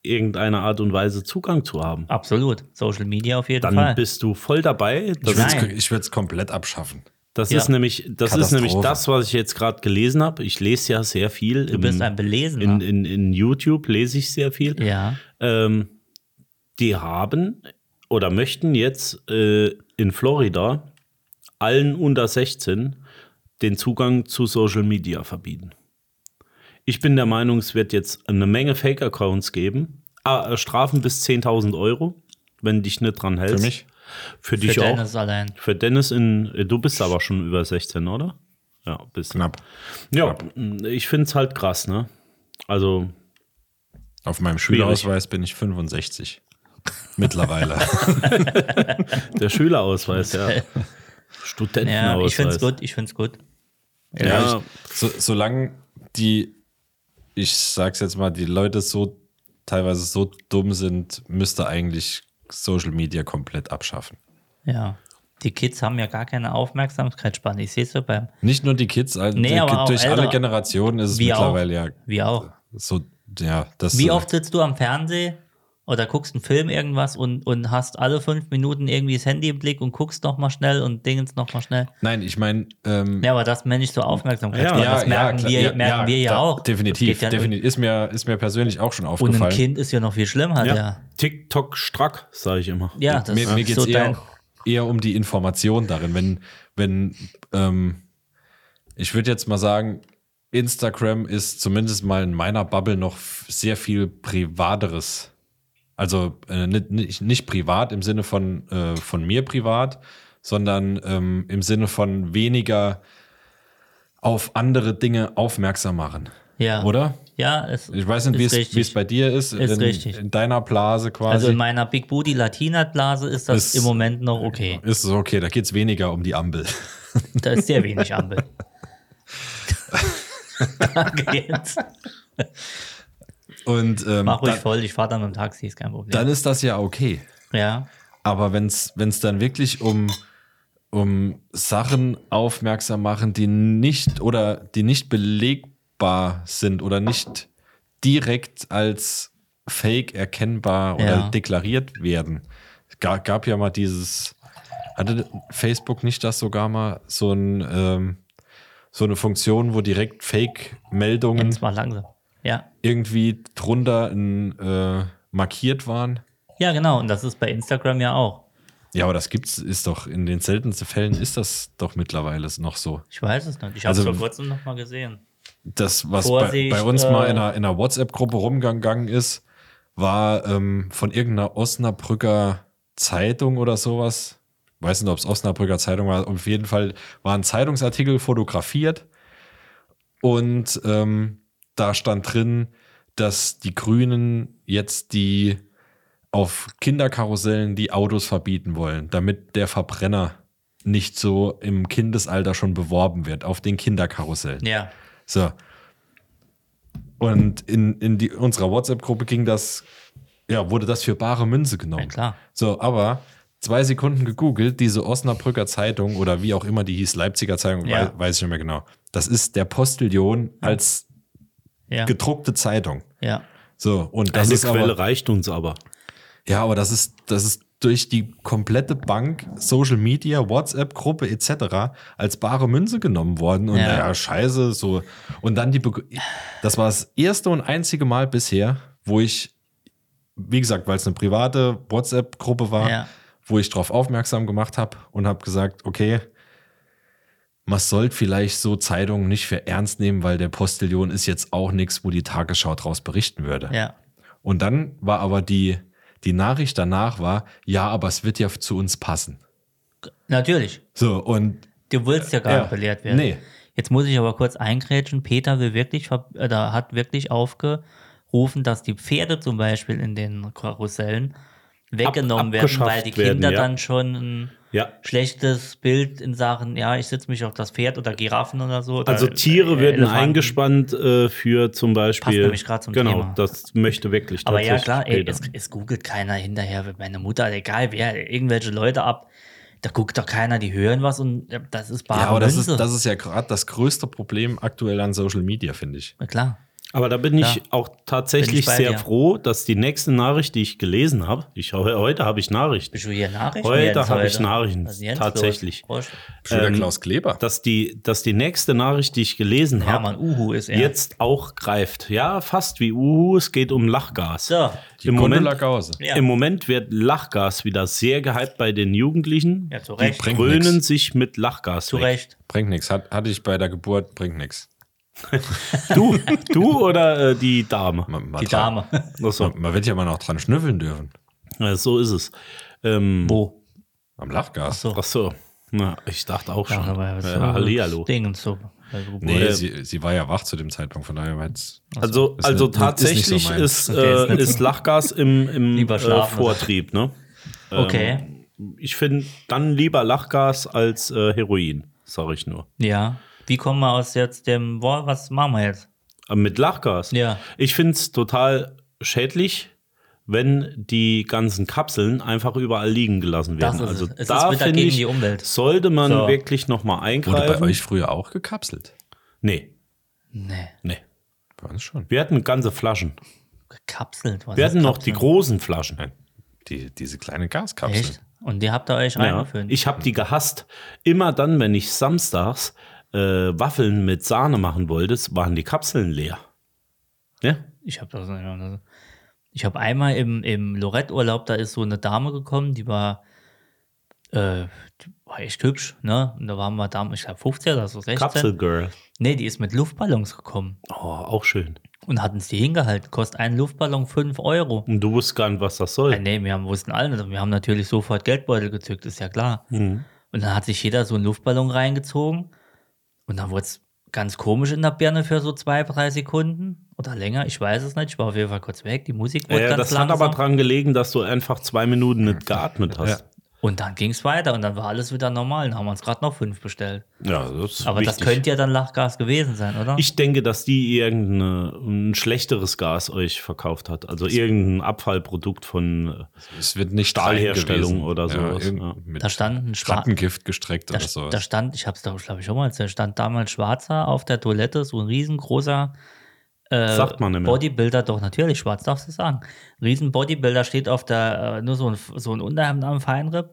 E: irgendeiner Art und Weise Zugang zu haben.
A: Absolut. Social Media auf jeden
E: Dann
A: Fall.
E: bist du voll dabei. Das
F: Ich würd's-
A: Nein.
F: Ich würde es komplett abschaffen.
E: Das
A: Ja.
E: ist nämlich, das ist
F: Katastrophe.
E: nämlich das, was ich jetzt gerade gelesen habe. Ich lese ja sehr viel.
A: du bist ein ne? Belesener.
E: in, in, in YouTube lese ich sehr viel.
A: ja.
E: Ähm, die haben oder möchten jetzt äh, in Florida allen unter 16 den Zugang zu Social Media verbieten. Ich bin der Meinung, es wird jetzt eine Menge Fake-Accounts geben. Ah, äh, Strafen bis 10.000 Euro, wenn dich nicht dran hältst.
F: Für mich?
E: Für
A: Für
E: dich auch.
A: Dennis allein.
E: Für Dennis in, äh, du bist aber schon über 16, oder? Ja, bist du.
F: Knapp.
E: Ja, ich finde es halt krass, ne? Also,
F: Auf meinem Schülerausweis bin ich 65. Mittlerweile.
E: der Schülerausweis, ja.
A: Ja,
E: Studentenausweis.
F: Genau,
A: ich find's gut, ich find's gut.
F: Ja,
E: Ja.
F: ich, so, solange die, ich sag's jetzt mal, die Leute so teilweise so dumm sind, müsste eigentlich Social Media komplett abschaffen.
A: Ja. Die Kids haben ja gar keine Aufmerksamkeitsspanne. Ich sehe es ja beim
F: Nicht nur die Kids, also
A: Nee, aber auch
F: durch alle
A: ältere.
F: Generationen ist es
A: Wie auch.
F: mittlerweile ja
A: Wie auch.
F: so, ja, das
A: Wie
F: äh,
A: oft sitzt du am Fernsehen oder guckst einen Film irgendwas und, und hast alle fünf Minuten irgendwie das Handy im Blick und guckst noch mal schnell und dingens noch mal schnell.
F: Nein, ich meine, ähm,
A: Ja, aber das meine ich so Aufmerksamkeitsspanne.
E: Ja,
A: das merken,
F: klar,
A: wir, merken wir ja
F: da-
A: auch.
F: Definitiv,
A: Das geht ja-
F: definitiv. Ist mir, ist mir persönlich auch schon
A: Und
F: aufgefallen.
A: ein Kind ist ja noch viel schlimmer.
E: Ja.
A: Der,
E: TikTok strack, sage ich immer.
A: ja das
F: mir eh mir
A: ist
F: geht
A: so
F: es
A: dein.
F: eher, eher um die Information darin. Wenn, wenn ähm, ich würde jetzt mal sagen, Instagram ist zumindest mal in meiner Bubble noch f- sehr viel privateres. Also äh, nicht, nicht, nicht privat im Sinne von, äh, von mir privat, sondern ähm, im Sinne von weniger auf andere Dinge aufmerksam machen.
A: Ja.
F: Oder?
A: Ja, es,
F: Ich weiß nicht, wie
A: ist
F: es-
A: richtig.
F: wie es bei dir ist.
A: Ist
F: in,
A: richtig.
F: in deiner Blase quasi.
A: Also in meiner Big Booty Latina Blase ist das
F: Ist-
A: im Moment noch okay.
F: ist es okay, da geht es weniger um die Ampel.
A: Da ist sehr wenig Ampel. Danke jetzt.
F: Und ähm,
A: Mach ruhig
F: dann,
A: voll, ich fahre dann mit dem Taxi, ist kein Problem.
F: dann ist das ja okay.
A: ja.
F: Aber wenn es dann wirklich um, um Sachen aufmerksam machen, die nicht oder die nicht belegbar sind oder nicht direkt als Fake erkennbar oder
A: Ja.
F: deklariert werden. Es ga- gab ja mal dieses, hatte Facebook nicht das sogar mal so ein ähm, so eine Funktion, wo direkt Fake-Meldungen
A: Jetzt mal langsam. Ja.
F: irgendwie drunter in, äh, markiert waren.
A: Ja, genau. Und das ist bei Instagram ja auch.
F: Ja, aber das gibt's, ist doch, in den seltensten Fällen ist das doch mittlerweile noch so.
A: Ich weiß es nicht. Ich habe es
F: Also-
A: vor kurzem nochmal gesehen.
F: Das, was
A: Vorsicht,
F: bei, bei uns mal
A: äh,
F: in einer, in einer WhatsApp-Gruppe rumgegangen ist, war ähm, von irgendeiner Osnabrücker Zeitung oder sowas. Ich weiß nicht, ob es Osnabrücker Zeitung war. Auf jeden Fall war ein Zeitungsartikel fotografiert und ähm, da stand drin, dass die Grünen jetzt die auf Kinderkarussellen die Autos verbieten wollen, damit der Verbrenner nicht so im Kindesalter schon beworben wird, auf den Kinderkarussellen.
A: Ja.
F: So. Und in, in die, unserer WhatsApp-Gruppe ging das, ja, wurde das für bare Münze genommen.
A: Ja, klar.
F: So, aber zwei Sekunden gegoogelt, diese Osnabrücker Zeitung oder wie auch immer die hieß, Leipziger Zeitung,
A: Ja.
F: wei- weiß ich nicht mehr genau. Das ist der Postillion als
A: Ja.
F: gedruckte Zeitung.
A: ja.
F: So, und das
E: Eine
F: ist
E: Quelle
F: aber,
E: reicht uns aber.
F: ja, aber das ist, das ist durch die komplette Bank, Social Media, WhatsApp-Gruppe etc. als bare Münze genommen worden. Und
A: Ja.
F: ja, scheiße, so. Und dann die. Be das war das erste und einzige Mal bisher, wo ich, wie gesagt, weil es eine private WhatsApp-Gruppe war,
A: Ja.
F: wo ich darauf aufmerksam gemacht habe und habe gesagt, okay, man sollte vielleicht so Zeitungen nicht für ernst nehmen, weil der Postillion ist jetzt auch nichts, wo die Tagesschau draus berichten würde.
A: Ja.
F: Und dann war aber die, die Nachricht danach war, ja, aber es wird ja zu uns passen.
A: Natürlich.
F: So, und
A: Du willst ja gar
F: Ja.
A: nicht belehrt werden.
F: Nee.
A: Jetzt muss ich aber kurz eingrätschen. Peter will wirklich, ver- oder hat wirklich aufgerufen, dass die Pferde zum Beispiel in den Karussellen weggenommen werden, weil die
E: abgeschafft werden,
A: Kinder
E: ja.
A: dann schon ein
E: Ja.
A: schlechtes Bild in Sachen, ja, ich setze mich auf das Pferd oder Giraffen oder so. Oder
E: Also Tiere
A: äh,
E: werden
A: Elefanten.
E: eingespannt äh, für zum Beispiel.
A: nämlich grad zum
E: genau,
A: Thema.
E: das möchte wirklich
A: Aber ja,
E: tatsächlich
A: klar, ey,
E: Peter.
A: es, es googelt keiner hinterher, wenn meine Mutter, egal wer, irgendwelche Leute ab, da guckt doch keiner, die hören was und äh, das ist bare
E: Ah,
F: ja, aber das
A: Münze.
F: ist, das ist ja gerade das größte Problem aktuell an Social Media, finde ich.
A: Na klar.
E: Aber da bin ich
A: Ja.
E: auch tatsächlich
A: Bin ich bei
E: sehr
A: dir.
E: froh, dass die nächste Nachricht, die ich gelesen habe, ich habe- heute habe ich Nachrichten,
A: Bist du hier Nachrichten?
E: Heute
A: Jens,
E: hab ich Nachrichten,
A: Was ist Jens
E: tatsächlich.
A: Los?
F: Schöner
E: Ähm,
F: Klaus Kleber.
E: dass die, dass die nächste Nachricht, die ich gelesen
A: Hermann
E: habe,
A: Uhu ist er.
E: jetzt auch greift. Ja, fast wie Uhu, es geht um Lachgas.
A: So.
F: die
E: Im Moment,
F: Gundula Gause.
A: Ja.
E: Im Moment wird Lachgas wieder sehr gehypt bei den Jugendlichen.
A: Ja, zu Recht.
E: Die
F: Bringt
E: dröhnen
F: nix.
E: sich mit Lachgas.
A: Zu
E: weg.
A: Recht.
F: Bringt nichts. Hat, hatte ich bei der Geburt, bringt nichts.
E: Du, du oder äh, die Dame?
F: Man, man
A: Die
F: dran-
A: Dame.
E: Ach so.
F: Man, man wird ja mal noch dran schnüffeln dürfen.
E: Ja, so ist es. Ähm,
A: Wo?
F: Am Lachgas.
A: so.
E: Ach so. Na, ich dachte auch schon.
A: Ja, aber was
E: äh,
A: für ein
E: Hallihallo.
A: Ding und so. Also,
F: Nee,
E: Äh,
F: sie, sie war ja wach zu dem Zeitpunkt, von daher war jetzt.
E: Also, also
F: Ist nicht- ist nicht so
E: tatsächlich
F: meins.
E: ist,
A: Okay, ist
E: äh,
A: nicht
E: ist Lachgas im, im
A: Lieber
E: äh,
A: schlafen.
E: Vortrieb. Ne?
A: Okay.
E: Ich finde dann lieber Lachgas als äh, Heroin, sage ich nur.
A: Ja. Wie kommen wir aus jetzt dem, boah, was machen wir jetzt?
E: Aber mit Lachgas.
A: Ja.
E: Ich finde es total schädlich, wenn die ganzen Kapseln einfach überall liegen gelassen
A: Das
E: werden.
A: ist es.
E: also
A: Es ist
E: da
A: wieder
E: finde
A: gegen
E: ich,
A: die Umwelt.
E: sollte man
A: So.
E: wirklich nochmal
F: Wurde bei
E: eingreifen.
F: euch früher auch gekapselt?
E: Nee,
A: Nee,
E: nee.
F: Bei uns schon.
E: Wir hatten ganze Flaschen.
A: gekapselt. Was
E: Wir
A: ist
E: hatten noch die
A: Kapseln?
E: großen Flaschen.
F: Die, diese kleine Gaskapsel.
A: Echt? Und die habt ihr euch
E: Ja,
A: reingefüllt?
E: ich habe die gehasst. Immer dann, wenn ich samstags äh, Waffeln mit Sahne machen wollte, waren die Kapseln leer. Ja?
A: Ich habe das nicht. Ich habe einmal im, im Lorette-Urlaub, da ist so eine Dame gekommen, die war, äh, die war echt hübsch, ne? Und da waren wir Damen, ich glaube 15 oder so 16.
E: Kapsel Girl.
A: Nee, die ist mit Luftballons gekommen
E: Oh, auch schön.
A: und hat uns die hingehalten. Kostet einen Luftballon 5 Euro.
E: Und du wusstest gar nicht, was das soll.
A: Ja, nee, wir haben, wussten alle, nicht. wir haben natürlich sofort Geldbeutel gezückt, ist ja klar.
E: Mhm.
A: Und dann hat sich jeder so einen Luftballon reingezogen und dann wurde es ganz komisch in der Birne für so zwei, drei Sekunden oder länger, ich weiß es nicht. Ich war auf jeden Fall kurz weg, die Musik wurde
E: Ja,
A: ganz
E: das
A: langsam.
E: hat aber dran gelegen, dass du einfach zwei Minuten nicht geatmet hast.
A: Und dann ging es weiter und dann war alles wieder normal. Dann haben wir uns gerade noch fünf bestellt.
E: Ja, das ist
A: Aber das
E: wichtig.
A: könnte ja dann Lachgas gewesen sein, oder?
E: Ich denke, dass die irgendein ein schlechteres Gas euch verkauft hat. Also irgendein Abfallprodukt von.
F: Es wird nicht
E: Stahlherstellung
F: rein gewesen.
E: oder sowas,
F: irgend-
E: ja.
F: Mit
A: Da stand ein Schwa-
F: Rattengift gestreckt
A: Da,
F: oder
E: Also
F: sowas.
A: da stand, ich habe es glaube ich schon mal erzählt, stand damals Schwarzer auf der Toilette, so ein riesengroßer äh,
E: Sagt man nicht mehr.
A: Bodybuilder, doch natürlich, Schwarz darfst du sagen. Riesen Bodybuilder steht auf der, äh, nur so ein, so ein Unterhemd am Feinripp.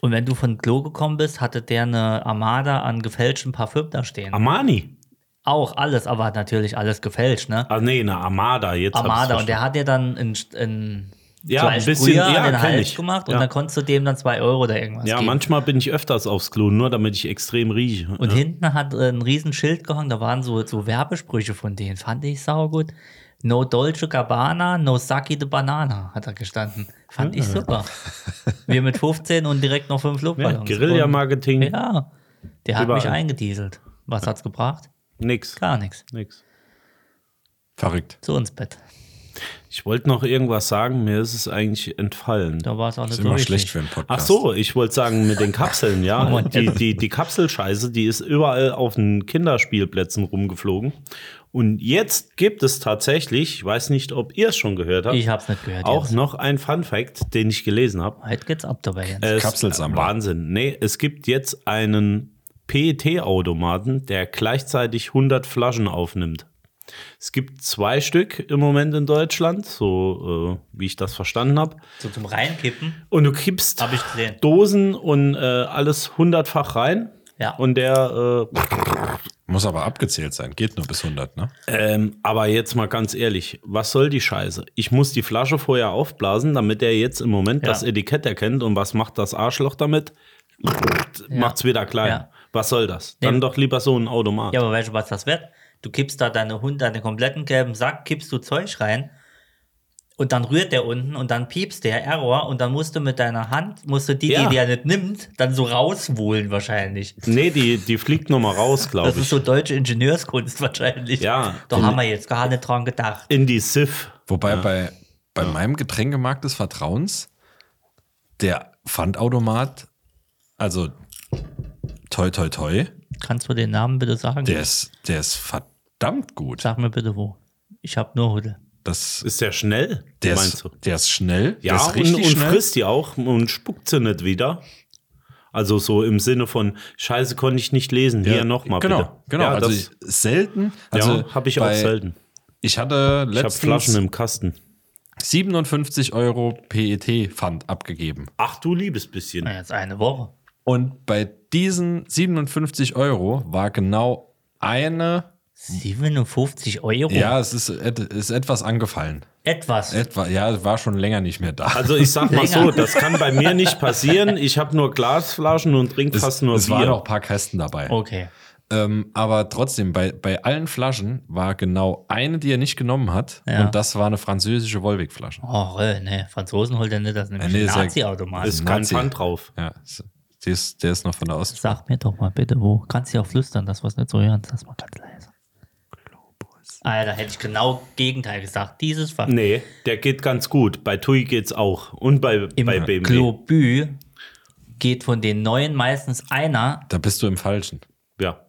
A: Und wenn du von Klo gekommen bist, hatte der eine Armada an gefälschtem Parfüm da stehen.
E: Armani.
A: Auch alles, aber natürlich alles gefälscht, ne?
E: Ah, nee, eine Armada. Jetzt hab's
A: Armada. Und
E: verstanden.
A: der hat dir dann in, in
E: Ja,
A: so
E: ein bisschen-
A: Sprüher
E: ja,
A: an den
E: kenn
A: Hals
E: ich.
A: gemacht
E: Ja.
A: und dann konntest du dem dann zwei Euro oder irgendwas
E: Ja,
A: geben.
E: manchmal bin ich öfters aufs Klo, nur damit ich extrem rieche.
A: Und
E: ja.
A: hinten hat äh, ein riesen Schild gehangen, da waren so, so Werbesprüche von denen, fand ich saugut. No Dolce Gabbana, no Saki de Banana, hat da gestanden. Fand ich
F: Ah.
A: super. Wir mit 15 und direkt noch fünf
E: ja,
A: Luftballons. Und-
E: Guerilla-Marketing,
A: Ja, der hat mich
E: Überall.
A: eingedieselt. Was hat's gebracht?
E: nix.
A: Gar nichts.
E: nix.
F: Verrückt.
A: So ins Bett.
E: Ich wollte noch irgendwas sagen, mir ist es eigentlich entfallen.
A: Da war es alles
F: Ist
A: so
F: immer
A: richtig.
F: schlecht für einen Podcast.
E: Ach so, ich wollte sagen, mit den Kapseln,
A: Oh
E: ja. Die, die, die Kapselscheiße, die ist überall auf den Kinderspielplätzen rumgeflogen. Und jetzt gibt es tatsächlich, ich weiß nicht, ob ihr es schon gehört habt,
A: Ich hab's nicht gehört.
E: auch
A: jetzt.
E: noch ein Fun-Fact, den ich gelesen habe.
A: Heute geht's ab dabei
F: Äh.
A: jetzt.
E: Es-
F: Kapselsammler.
E: Wahnsinn. Nee, es gibt jetzt einen PET-Automaten, der gleichzeitig 100 Flaschen aufnimmt. Es gibt zwei Stück im Moment in Deutschland, so äh, wie ich das verstanden habe.
A: so zum Reinkippen.
E: Und du kippst
A: Hab ich gesehen.
E: Dosen und äh, alles hundertfach rein.
A: Ja.
E: Und der,
F: Muss aber abgezählt sein. Geht nur bis 100, ne?
E: äh, ähm, aber jetzt mal ganz ehrlich, was soll die Scheiße? Ich muss die Flasche vorher aufblasen, damit er jetzt im Moment
A: Ja.
E: das Etikett erkennt. Und was macht das Arschloch damit? Macht's wieder klein.
A: Ja.
E: Was soll das? Dann
A: Nee.
E: doch lieber so ein Automat.
A: Ja, aber weißt du, was das wird? Du kippst da deine Hund, deinen kompletten gelben Sack, kippst du Zeug rein und dann rührt der unten und dann piepst der Error und dann musst du mit deiner Hand, musst du die,
E: Ja.
A: die der nicht nimmt, dann so rauswohlen wahrscheinlich.
E: Nee, die, die fliegt nochmal raus,
A: Das
E: glaube
A: ist
E: ich.
A: so deutsche Ingenieurskunst wahrscheinlich.
E: Ja.
A: Da haben wir jetzt gar nicht dran gedacht.
E: In die Sif.
F: Wobei bei, bei meinem Getränkemarkt des Vertrauens der Pfandautomat, also toi toi toi,
A: Kannst du den Namen bitte sagen?
F: der ist, der ist verdammt gut.
A: Sag mir bitte wo. Ich habe nur Huddel.
F: Das,
E: Ist der schnell?
F: der,
E: meinst
F: ist,
E: du?
F: der ist schnell.
E: Ja,
F: der ist
E: und, und
F: schnell.
E: frisst die auch und spuckt sie nicht wieder. Also so im Sinne von, scheiße, konnte ich nicht lesen. Hier nochmal
F: genau,
E: bitte.
F: Genau,
E: ja,
F: also
E: das,
F: ich- selten. Also
E: ja, habe ich auch
F: bei-
E: selten.
F: Ich hatte
E: Ich habe Flaschen
F: letztens
E: im Kasten.
F: 57 Euro PET-Pfand abgegeben.
E: Ach du liebes bisschen.
A: Na, jetzt eine Woche.
F: Und bei diesen 57 Euro war genau eine,
A: 57 Euro?
E: Oh.
F: ja, es ist, et, ist etwas angefallen.
A: Etwas.
F: Etwa, ja, war schon länger nicht mehr da.
E: Also ich sag mal
A: Länger.
E: so, das kann bei mir nicht passieren. Ich habe nur Glasflaschen und trinke
F: es
E: fast nur
F: es
E: Bier.
F: waren noch ein paar Kästen dabei.
A: okay.
F: Ähm, aber trotzdem, bei, bei allen Flaschen war genau eine, die er nicht genommen hat.
A: Ja.
F: Und das war eine französische Volvic-Flasche.
A: Oh, ne, Franzosen holt ja nicht das nämlich
F: Nee, ist ja-
A: Nazi-Automat.
E: ist kein
F: Nazi.
E: Pfand drauf.
F: Ja, s- die ist, der ist noch von der Ost.
A: Sag mir doch mal bitte, wo. Kannst du auch flüstern, dass wir es nicht so hören. Sag mal ganz leise. Globus. Alter, hätte ich genau Gegenteil gesagt. Dieses Fach.
E: Nee, der geht ganz gut. Bei TUI geht's auch. Und bei,
A: Im
E: bei BMW.
A: Globü geht von den neuen meistens einer.
F: Da bist du im Falschen.
E: Ja.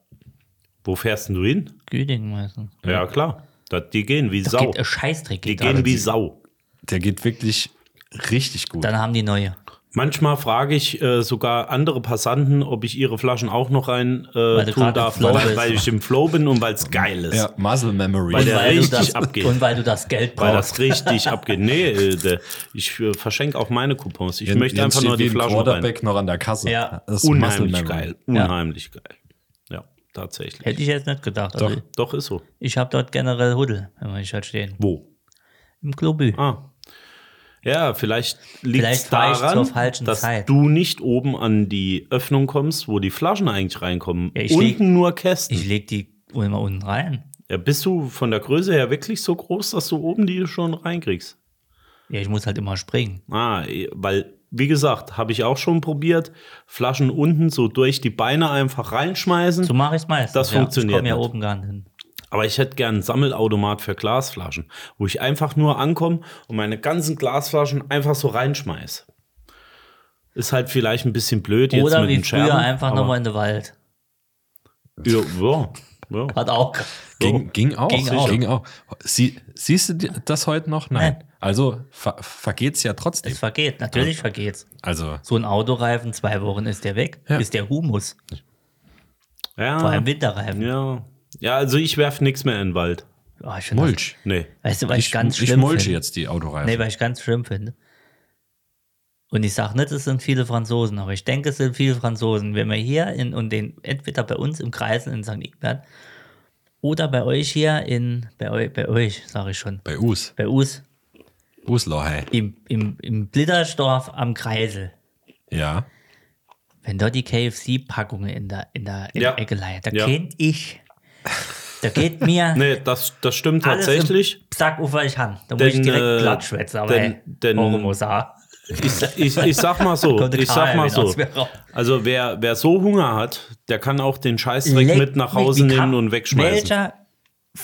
E: Wo fährst denn du hin?
A: Güdingen meistens.
E: Ja, klar. Da, die gehen wie
A: Das
E: Sau.
A: geht ein Scheißdreck.
E: Die
A: geht da.
E: gehen wie Sau.
F: Der geht wirklich richtig gut.
A: Dann haben die neue.
E: Manchmal frage ich äh, sogar andere Passanten, ob ich ihre Flaschen auch noch rein äh,
A: du
E: tun
A: gerade
E: darf,
A: im Flow
E: weil,
A: bist.
E: weil ich im Flow bin und weil es geil ist.
F: ja, Muscle Memory.
E: Weil der-
A: du
E: richtig
A: das,
E: abgeht.
A: und weil du das Geld
E: Weil
A: brauchst.
E: das richtig abgeht. Nee, äh, der- ich äh, verschenke auch meine Coupons. Ich
F: Jens-
E: möchte
F: Jens
E: einfach nur
F: steht wie
E: die
F: ein
E: Flaschen rein.
F: Quarterback noch an der Kasse.
A: Ja.
F: Das ist
E: Unheimlich
F: Muscle Memory.
E: geil. Unheimlich geil. Ja, tatsächlich.
A: Hätte ich jetzt nicht gedacht. Also
E: doch, doch, ist so.
A: Ich habe dort generell Huddel, wenn wir nicht halt stehen.
E: Wo?
A: Im Globü.
E: Ah. Ja, vielleicht liegt es
A: Vielleicht war ich
E: daran,
A: zur falschen
E: dass
A: Zeit.
E: du nicht oben an die Öffnung kommst, wo die Flaschen eigentlich reinkommen.
A: Ja, ich
E: Unten
A: leg-
E: nur Kästen.
A: Ich lege die immer unten rein.
E: Ja, bist du von der Größe her wirklich so groß, dass du oben die schon reinkriegst?
A: Ja, ich muss halt immer springen.
E: Ah, eh, weil, wie gesagt, habe ich auch schon probiert, Flaschen unten so durch die Beine einfach reinschmeißen.
A: So mache ich es meistens.
E: Das funktioniert
A: Ja. Ich komme ja
E: nicht.
A: oben gar nicht hin.
E: Aber ich hätte gern einen Sammelautomat für Glasflaschen, wo ich einfach nur ankomme und meine ganzen Glasflaschen einfach so reinschmeiß. Ist halt vielleicht ein bisschen blöd jetzt
A: Oder
E: mit
A: wie
E: den
A: früher
E: Scherben.
A: einfach
E: aber-
A: nochmal in den Wald.
E: Ja, ja, ja.
A: Hat auch.
F: Ging, ging auch.
A: Ging
F: Ging
A: auch.
F: auch. Sie, siehst du dir das heute noch? Nein. Also ver, vergeht's ja trotzdem.
A: Es vergeht, natürlich vergeht's.
F: Also,
A: So ein Autoreifen, zwei Wochen ist der weg,
F: Ja.
A: ist der Humus.
E: Ja.
A: Vor allem Winterreifen.
E: Ah. Ja. Ja, also ich werfe nichts mehr in den Wald.
A: Oh, ich find das-
F: Mulch.
E: Nee.
A: Weißt du, was ich,
F: Ich,
A: ganz
F: ich
A: schlimm
F: mulche
A: finde?
F: jetzt die Autoreifen.
A: Nee, weil ich ganz schlimm finde. Und ich sage nicht, es sind viele Franzosen, aber ich denke, es sind viele Franzosen. Wenn wir hier in und den, entweder bei uns im Kreisen in St. Ignat oder bei euch hier in, bei, eu, bei euch, sage ich schon,
F: Bei Us.
A: bei uns
F: Uslau, hey.
A: im, im, im Blittersdorf am Kreisel,
F: Ja.
A: wenn dort die KFC-Packungen in der, in der, in
E: Ja.
A: der Ecke leihen, da
E: Ja.
A: kennt ich, da geht mir
E: Nee, das, das stimmt tatsächlich.
A: alles im Sackufer ich han. Da muss
E: Denn,
A: ich direkt
E: äh,
A: klatschwätzen, aber
E: denn-
A: ey,
E: denn-
A: warum muss er?
E: Ich, ich, ich sag mal so,
A: Kommt der
E: ich sag
A: Karl
E: mal
A: wieder
E: so.
A: aus mir raus.
E: Also wer, wer so Hunger hat, der kann auch den Scheißdreck
A: Leck
E: mit nach
A: mich,
E: Hause
A: wie
E: nehmen
A: kann-
E: und wegschmeißen.
A: Welcher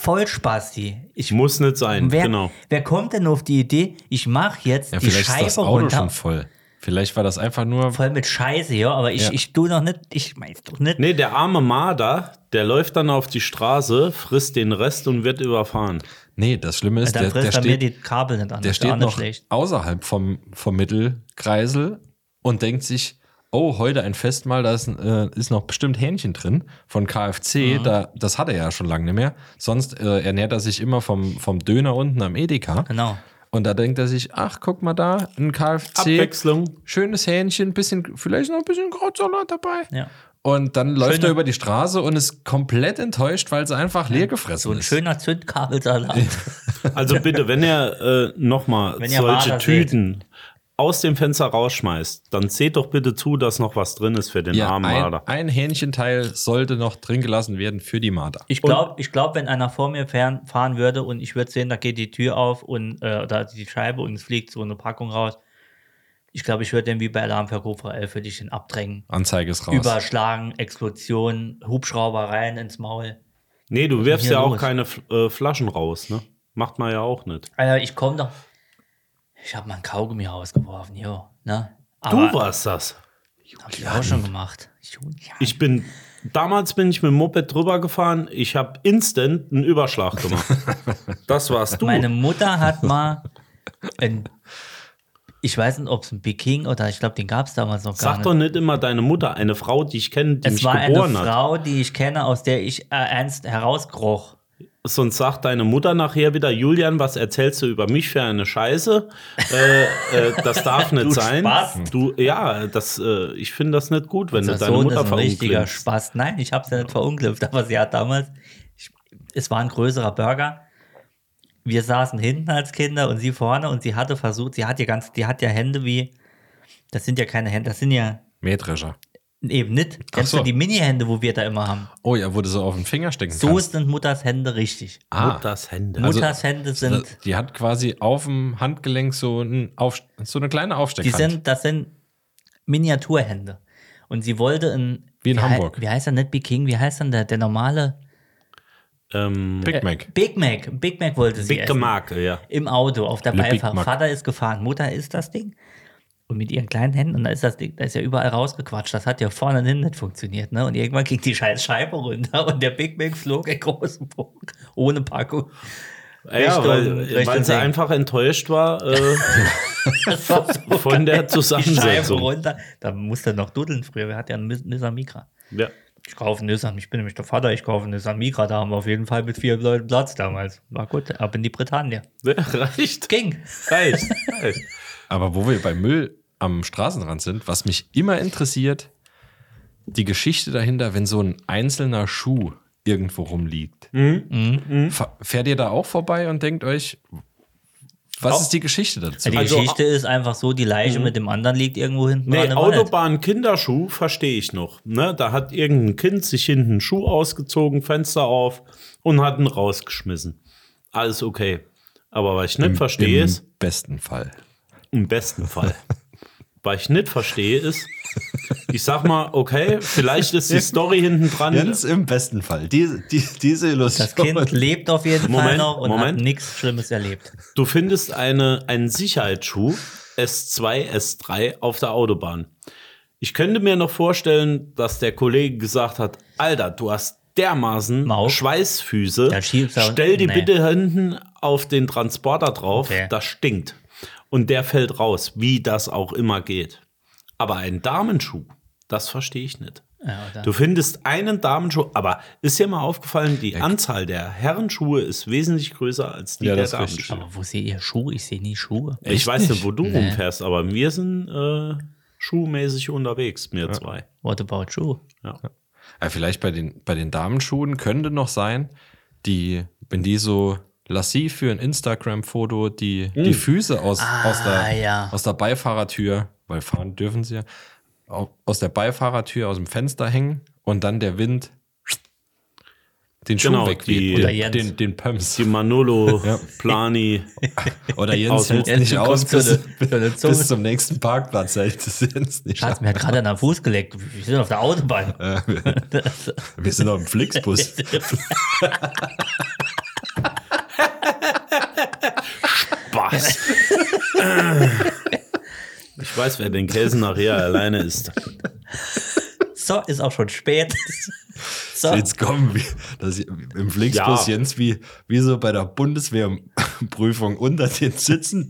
A: Vollspasti. Ich,
E: Muss nicht sein,
A: wer,
E: genau.
A: wer kommt denn auf die Idee, ich mache jetzt
F: Ja,
A: die
F: vielleicht ist
A: Scheibe
F: das Auto
A: runter,
F: schon voll. Vielleicht war das einfach nur.
A: voll mit Scheiße, ja, aber ich,
F: Ja.
A: ich tu noch nicht, ich weiß doch nicht.
E: Nee, der arme Marder, der läuft dann auf die Straße, frisst den Rest und wird überfahren.
F: Nee, das Schlimme ist,
A: Also Dann
F: der, der
A: frisst er mir die
F: steht,
A: Kabel nicht an.
F: der
A: das ist ja
F: steht
A: auch nicht
F: noch
A: schlecht.
F: außerhalb vom, vom Mittelkreisel und denkt sich, oh, heute ein Festmahl, da ist, äh, ist noch bestimmt Hähnchen drin von KFC.
A: Mhm.
F: Da, das hat er ja schon lange nicht mehr. Sonst äh, ernährt er sich immer vom, vom Döner unten am Edeka.
A: Genau.
F: Und da denkt er sich, ach, guck mal da, ein KFC.
E: Abwechslung.
F: Schönes Hähnchen, bisschen, vielleicht noch ein bisschen Krautsalat dabei.
A: Ja.
F: Und dann läuft
A: Schöne-
F: er über die Straße und ist komplett enttäuscht, weil es einfach leer gefressen
A: So ein
F: ist.
A: schöner Zündkabelsalat.
E: Also bitte, wenn ihr äh, nochmal
A: Wenn ihr
E: solche
A: Marder seht.
E: Tüten aus dem Fenster rausschmeißt, dann seht doch bitte zu, dass noch was drin ist für den
F: ja,
E: armen
F: ein,
E: Marder.
F: ein Hähnchenteil sollte noch drin gelassen werden für die Marder.
A: Ich glaube, ich glaub, wenn einer vor mir fern, fahren würde und ich würde sehen, da geht die Tür auf und äh, da die Scheibe und es fliegt so eine Packung raus. Ich glaube, ich würde den wie bei Alarm für Cobra 11 würde ich den abdrängen.
F: Anzeige ist raus.
A: Überschlagen, Explosion, Hubschrauber rein ins Maul.
E: Nee, du wirfst
A: hier
E: ja auch
A: los?
E: keine F- äh, Flaschen raus, ne? Macht man ja auch nicht.
A: Alter, ich komme doch. Ich habe mal ein Kaugummi rausgeworfen, jo. Ne?
E: Du
A: Aber
E: warst das.
A: Hab ich auch schon gemacht. Julian.
E: Ich bin, damals bin ich mit dem Moped drüber gefahren, ich habe instant einen Überschlag gemacht. das warst du.
A: Meine Mutter hat mal ein, ich weiß nicht, ob es ein Peking oder ich glaube, den gab es damals noch gar
E: Sag
A: nicht.
E: doch nicht immer deine Mutter, eine Frau, die ich kenne, die
A: Es
E: mich
A: war
E: geboren
A: eine
E: hat.
A: Frau, die ich kenne, aus der ich äh, ernst herauskroch.
E: Sonst sagt deine Mutter nachher wieder, Julian, was erzählst du über mich für eine Scheiße? äh, äh, das darf nicht
A: Du
E: sein.
A: Spast.
E: Du, ja, das, äh, ich finde das nicht gut, wenn
A: Unser
E: du Also deine
A: Sohn ist
E: Mutter
A: ein richtiger
E: verunglimpfst.
A: Spaß. Nein, ich habe sie ja nicht verunglimpft, aber sie hat damals, ich, es war ein größerer Burger. Wir saßen hinten als Kinder und sie vorne und sie hatte versucht, sie hat ja ganz, die hat ja Hände wie, das sind ja keine Hände, das sind ja
F: Mähdrescher.
A: eben nicht. Kennst
F: so.
A: du die Mini-Hände, wo wir da immer haben?
F: Oh ja, wurde so auf den Finger stecken
A: So
F: kannst.
A: sind Mutters Hände richtig.
F: Ah,
E: Mutters Hände.
F: Also-
A: Mutters Hände
F: da-
A: sind,
F: die hat quasi auf dem Handgelenk so, ein auf, so eine kleine
A: die
F: Aufsteckhand.
A: sind, das sind Miniaturhände. Und sie wollte in,
F: Wie in
A: hei-
F: Hamburg.
A: Wie heißt er nicht Big King? Wie heißt denn der, der normale
E: ähm,
F: Big Mac.
A: Big Mac? Big Mac wollte sie
E: dicke
A: essen.
E: Marke, ja.
A: im Auto auf der
F: Le Big
A: Beifahrt.
F: Mac.
A: Vater ist gefahren, Mutter ist das Ding. Und mit ihren kleinen Händen, und da ist das Ding, da ist ja überall rausgequatscht. Das hat ja vorne und hinten nicht funktioniert, ne? Und irgendwann ging die scheiß Scheibe runter und der Big Mac flog in großen Bogen, ohne Packung.
E: ja,
A: Richtung-
E: weil,
A: Richtung
E: weil sie
A: Ding.
E: einfach enttäuscht war äh,
A: Das war so
E: von der
A: die Scheibe
E: Zusammensetzung.
A: runter. Da musste er noch dudeln früher. Wir hatten ja einen Miss- Nissan Micra.
E: Ja.
A: Ich kaufe Nissan, ich bin nämlich der Vater, ich kaufe Nissan Micra. Da haben wir auf jeden Fall mit vier Leuten Platz damals. War gut, ab in die Bretagne.
E: Ja, Reicht.
A: Ging.
E: Reicht. Reicht.
F: Aber wo wir bei Müll am Straßenrand sind, was mich immer interessiert, die Geschichte dahinter, wenn so ein einzelner Schuh irgendwo rumliegt.
A: Mhm.
F: Fa- Fährt ihr da auch vorbei und denkt euch, was ist die Geschichte dazu?
A: Die
E: Also-
A: Geschichte ist einfach so, die Leiche mit dem anderen liegt irgendwo hinten
E: Nee,
A: dran im Wald.
E: Autobahn-Kinderschuh verstehe ich noch. Ne? Da hat irgendein Kind sich hinten einen Schuh ausgezogen, Fenster auf und hat ihn rausgeschmissen. Alles okay. Aber was ich nicht verstehe
F: Im
E: ist,
F: besten Fall.
E: im besten Fall, was ich nicht verstehe ist, ich sag mal, okay, vielleicht ist die Story hinten dran.
F: im besten Fall. Diese, diese Illusion.
A: Das Kind lebt auf jeden Fall
E: Moment,
A: noch und
E: Moment.
A: hat nichts Schlimmes erlebt.
E: Du findest eine, einen Sicherheitsschuh S2, S3 auf der Autobahn. Ich könnte mir noch vorstellen, dass der Kollege gesagt hat, Alter, du hast dermaßen
A: Maul.
E: Schweißfüße.
A: Da schiebst du-
E: Stell die
A: nee.
E: bitte hinten auf den Transporter drauf,
A: Okay.
E: das stinkt. Und der fällt raus, wie das auch immer geht. Aber ein Damenschuh, das verstehe ich nicht.
A: Ja, oder?
E: Du findest einen Damenschuh, aber ist dir mal aufgefallen, die Anzahl der Herrenschuhe ist wesentlich größer als die
F: Ja,
E: der
F: das ist richtig.
E: Damenschuhe.
A: Aber wo seht ihr Schuhe? Ich sehe nie Schuhe.
E: Ich weiß nicht, wo du rumfährst, aber wir sind äh, schuhmäßig unterwegs, mir zwei.
A: What about Schuhe?
E: Ja.
F: Ja, vielleicht bei den, bei den Damenschuhen könnte noch sein, die, wenn die so lassiv für ein Instagram-Foto die, die Füße aus, aus, der,
A: Hm. Ah, ja.
F: aus der Beifahrertür, weil fahren dürfen sie ja, au- aus der Beifahrertür aus dem Fenster hängen und dann der Wind den Schuh
E: Genau, die-
F: wegweht
A: Oder
F: oder
A: Jens.
F: den, den Pumps.
E: Die Manolo Plani.
F: Oder Jens
E: Aus-
F: hält es
A: Jens
F: nicht
A: kommt
F: aus
A: zu
F: bis,
A: der- zu der Zunge.
F: bis zum nächsten Parkplatz. Hält es Jens nicht
A: Schatz, mir hat gerade einer Fuß gelegt. Wir sind auf der Autobahn.
F: aus. Wir sind auf dem Flixbus.
E: Was? ich weiß, wer den Käse nachher alleine isst.
A: So, ist auch schon spät. So,
F: Jetzt kommen wir. Das, Im Flixbus
E: Ja.
F: Jens wie, wie so bei der Bundeswehrprüfung unter den Sitzen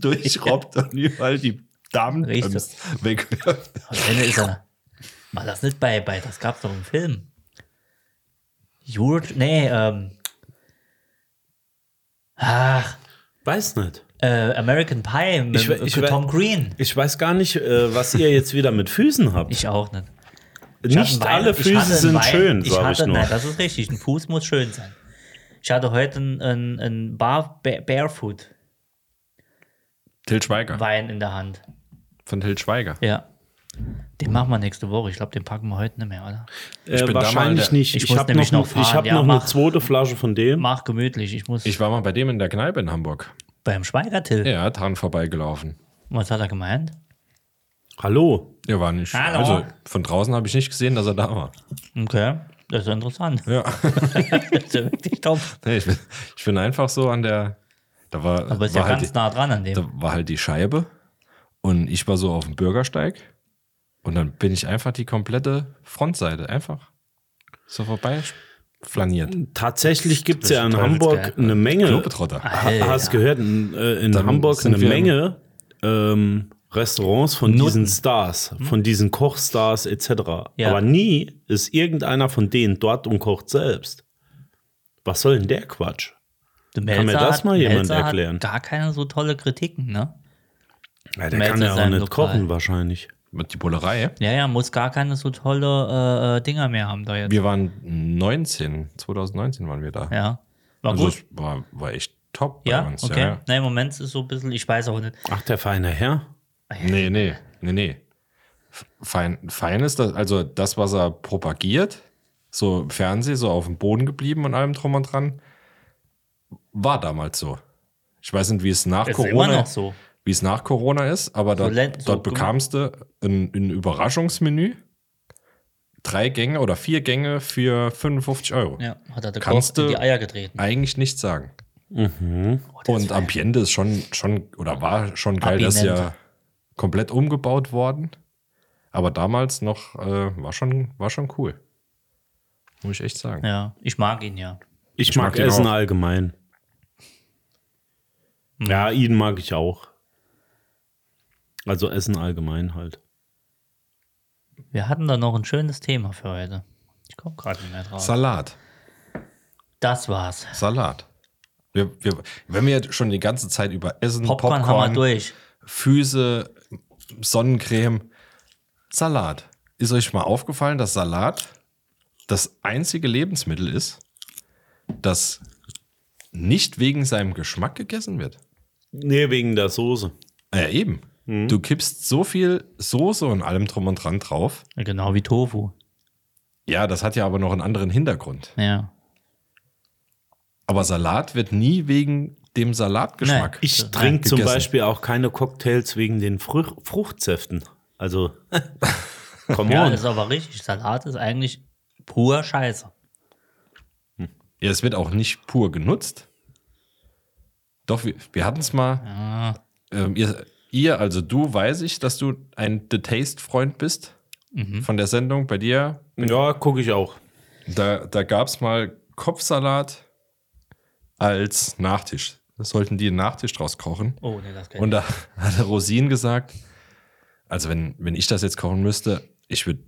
F: durchrobbt und überall die Damen ähm,
A: Richtig.
F: wegwirft.
A: am Ende ist er. War das nicht bei, bei das gab's doch im Film. Jurt, nee, ähm. Ach,
E: Weiß nicht.
A: äh, American Pie mit, äh,
E: Ich we- ich
A: mit
E: we-
A: Tom Green.
E: Ich weiß gar nicht, äh, was ihr jetzt wieder mit Füßen habt.
A: Ich auch nicht. Ich hatte
E: Nicht
A: einen Wein-
E: alle
A: ich hatte
E: Füße
A: einen
E: sind
A: Wein-
E: schön,
A: ich
E: sage
A: hatte,
E: ich nur.
A: Nein, das ist richtig. Ein Fuß muss schön sein. Ich hatte heute einen, einen, einen Bar, Ba- Barefoot-Wein
F: Till Schweiger.
A: in der Hand.
F: Von Till Schweiger.
A: Ja. Den machen wir nächste Woche. Ich glaube, den packen wir heute nicht mehr, oder?
E: Äh,
F: bin da mal
E: wahrscheinlich
F: der-
E: nicht.
A: Ich
E: Ich,
A: muss
E: habe noch,
A: nämlich noch
E: noch,
A: fahren.
E: ich hab
A: Ja,
E: noch eine
A: mach.
E: zweite Flasche von dem.
A: Mach gemütlich. Ich muss
F: Ich war mal bei dem in der Kneipe in Hamburg.
A: beim Schweiger, Till.
F: Er hat dran vorbeigelaufen.
A: Was hat er gemeint?
E: Hallo.
F: Er war nicht.
A: Hallo.
F: Also von draußen habe ich nicht gesehen, dass er da war.
A: Okay. Das ist ja interessant.
F: Ja.
A: das ist ja wirklich top.
F: Nee, ich, bin, ich bin einfach so an der. Da war,
A: Aber ist
F: war
A: ja
F: halt
A: ganz
F: die-
A: nah dran an dem.
F: da war halt die Scheibe und ich war so auf dem Bürgersteig und dann bin ich einfach die komplette Frontseite einfach so vorbei flaniert.
A: Äh,
E: Tatsächlich gibt es ja in
A: Teufelskerl.
E: Hamburg eine Menge.
A: ah.
F: Globetrotter.
E: Ha- Hast gehört, in, äh, in
F: Dann
E: Hamburg
F: sind
E: eine
F: wir-
E: Menge ähm, Restaurants von
A: Nutten.
E: diesen Stars, von diesen Kochstars etc.
A: Ja.
E: Aber nie ist irgendeiner von denen dort und kocht selbst. Was soll denn der Quatsch?
A: Kann
E: mir das mal jemand erklären?
A: Hat gar keine so tolle Kritiken, ne?
E: Ja, der
A: Melzer
E: kann ja auch
A: sein
E: nicht
A: Lokal.
E: kochen wahrscheinlich.
F: Mit die Bullerei.
A: Ja, ja, muss gar keine so tolle äh, äh, Dinger mehr haben da jetzt.
F: Wir waren 19, 2019 waren wir da.
A: Ja. War
F: also
A: gut.
F: es war, war echt top bei
A: Ja,
F: uns.
A: okay.
F: Ja.
A: Nein, im Moment ist es so ein bisschen, ich weiß auch nicht.
E: Ach, der feine Herr.
F: Nee, nee, nee, nee. Fein, fein ist das, also das, was er propagiert, so im Fernsehen, so auf dem Boden geblieben und allem drum und dran, war damals so. Ich weiß nicht, wie es nach
A: Ist
F: Corona
A: immer noch so.
F: Wie es nach Corona ist, aber dort,
A: len- so
F: dort
A: gem-
F: bekamst du ein, ein Überraschungsmenü. Drei Gänge oder vier Gänge für 55 Euro.
A: Ja, hat er der
F: Kannst
A: Koch in
F: du-
A: die Eier getreten.
F: Eigentlich nichts sagen.
A: Oh, das
F: Und
A: war-
F: Ambiente ist schon, schon oder war schon geil, das ist
A: Abinent.
F: ja komplett umgebaut worden. Aber damals noch äh, war, schon, war schon cool. Muss ich echt sagen.
A: Ja, ich mag ihn ja.
E: Ich,
F: Ich mag
E: mag,
F: den
E: Essen
F: auch.
E: allgemein. Ja, ihn mag ich auch. Also Essen allgemein halt.
A: Wir hatten da noch ein schönes Thema für heute. Ich komme gerade nicht mehr drauf.
F: Salat.
A: das war's.
F: Salat. Wir, wir, wenn wir schon die ganze Zeit über Essen,
A: Popcorn,
F: Popcorn,
A: haben wir durch.
F: Füße, Sonnencreme, Salat. Ist euch mal aufgefallen, dass Salat das einzige Lebensmittel ist, das nicht wegen seinem Geschmack gegessen wird? Ah
E: Nee, wegen der Soße.
F: Ja, eben. Du kippst so viel Soße und allem drum und dran drauf.
A: Genau wie Tofu.
F: Ja, das hat ja aber noch einen anderen Hintergrund.
A: Ja.
F: Aber Salat wird nie wegen dem Salatgeschmack.
A: Nein.
E: Ich
A: Nein,
E: trinke zum
F: gegessen.
E: Beispiel auch keine Cocktails wegen den Fruch Fruchtsäften. Also, come
A: Ja, also
E: on.
A: das ist aber richtig. Salat ist eigentlich pur Scheiße.
F: Ja, es wird auch nicht pur genutzt. Doch, wir, wir hatten es mal. Ähm, ihr, ihr, also du, weiß ich, dass du ein The Taste-Freund bist. von der Sendung bei dir.
E: Ja, gucke ich auch.
F: Da, da gab es mal Kopfsalat als Nachtisch. Das sollten die einen Nachtisch draus kochen.
A: Oh, nee, das kann
F: Und da hat der Rosin gesagt, also wenn, wenn ich das jetzt kochen müsste, ich würde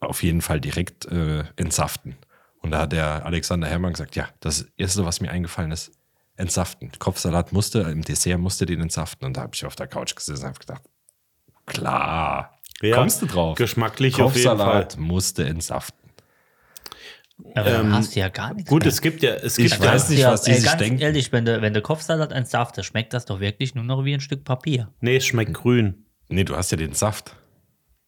F: auf jeden Fall direkt äh, entsaften. Und da hat der Alexander Herrmann gesagt, ja, das Erste, was mir eingefallen ist, entsaften. Kopfsalat musste, im Dessert musste den entsaften. Und da habe ich auf der Couch gesessen und habe gedacht, klar,
E: Ja,
F: kommst du drauf.
E: geschmacklich auf jeden
F: Kopfsalat musste entsaften.
A: ich. Aber
F: ähm,
A: dann hast du ja gar nichts.
E: Gut,
A: mehr.
E: es gibt ja, es
F: Ich
E: gibt ja,
F: weiß nicht,
A: ja,
F: was die
A: ey,
F: sich
A: ganz
F: denken.
A: ehrlich, wenn du, wenn du Kopfsalat entsaft, das schmeckt das doch wirklich nur noch wie ein Stück Papier.
E: nee, es schmeckt grün.
F: Nee, du hast ja den Saft.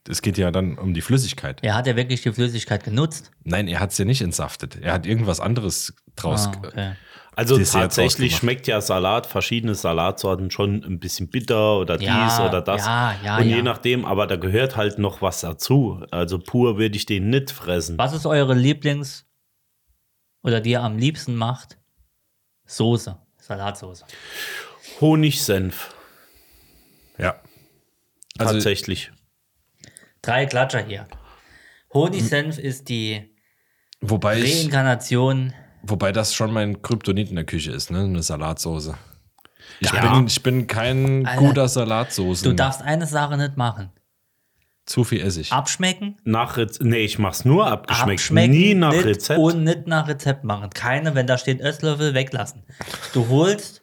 F: Es geht ja dann um die Flüssigkeit.
A: Er hat ja wirklich die Flüssigkeit genutzt.
F: Nein, er hat es ja nicht entsaftet. Er hat irgendwas anderes draus.
A: Ah,
F: ge-
A: okay.
E: Also
F: Dessert
E: tatsächlich
F: draus gemacht.
E: schmeckt ja Salat, verschiedene Salatsorten schon ein bisschen bitter oder
A: Ja,
E: dies oder das.
A: ja, ja,
E: Und
A: ja.
E: je nachdem, aber da gehört halt noch was dazu. Also pur würde ich den nicht fressen.
A: Was ist eure Lieblings- oder die ihr am liebsten macht? Soße, Salatsoße.
E: Honigsenf,
F: Ja. Also-
E: tatsächlich.
A: Drei Klatscher hier. Honigsenf ist die
F: Wobei, Hm. ich,
A: Reinkarnation.
F: wobei das schon mein Kryptonit in der Küche ist, ne? Eine Salatsoße. Ich,
E: Ja.
F: bin, ich bin kein
A: Alter,
F: guter Salatsoßen.
A: Du darfst eine Sache nicht machen.
F: zu viel Essig.
A: Abschmecken,
E: Nach Rez nee, ich mach's nur abgeschmeckt.
A: abschmecken
E: Nie nach
A: Ah, nicht
E: Rezept.
A: und nicht nach Rezept machen. Keine, wenn da steht Esslöffel, weglassen. Du holst,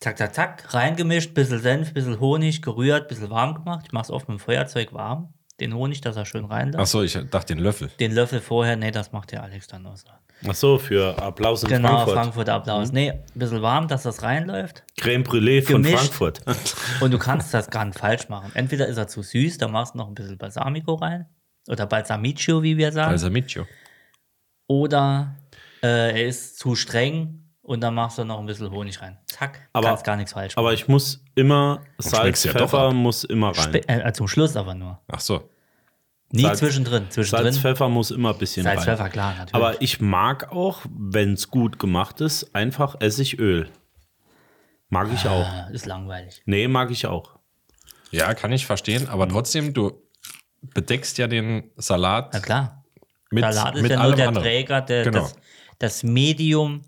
A: zack, zack, zack, reingemischt, bisschen Senf, bisschen Honig, gerührt, bisschen warm gemacht. Ich mach's oft mit dem Feuerzeug warm. Den Honig, dass er schön reinläuft.
F: Achso, ich dachte den Löffel.
A: Den Löffel vorher, nee, das macht der Alex dann aus.
E: Ach so, für Applaus in
A: Genau,
E: Frankfurt. Mhm.
A: Frankfurter Applaus. Nee, ein bisschen warm, dass das reinläuft.
E: Crème Brûlée von
A: Gemischt.
E: Frankfurt.
A: Und du kannst das gar nicht falsch machen. Entweder ist er zu süß, dann machst du noch ein bisschen Balsamico rein. Oder Balsamico, wie wir sagen.
F: Balsamico.
A: Oder äh, er ist zu streng und dann machst du noch ein bisschen Honig rein. Zack,
E: Aber-
A: kannst gar nichts falsch
E: Aber ich muss immer Salz,
F: schmeckst ja doch
E: Pfeffer
F: ab.
E: muss immer rein.
A: machen. Spe äh, zum Schluss aber nur.
F: Achso.
A: Nie
E: Salz-
A: zwischendrin. Zwischendrin.
E: Salz, Pfeffer muss immer ein bisschen
A: Salz,
E: rein.
A: Pfeffer, klar, natürlich.
E: Aber ich mag auch, wenn es gut gemacht ist, einfach Essigöl. Mag ich auch.
A: Äh, ist langweilig.
E: Nee, mag ich auch.
F: Ja, kann ich verstehen,
A: Mhm.
F: aber trotzdem, du bedeckst ja den Salat
A: Na klar.
F: mit,
A: Salat ist
F: mit
A: ja nur
F: allem
A: der
F: anderen.
A: Träger, der,
F: Genau.
A: das, das Medium.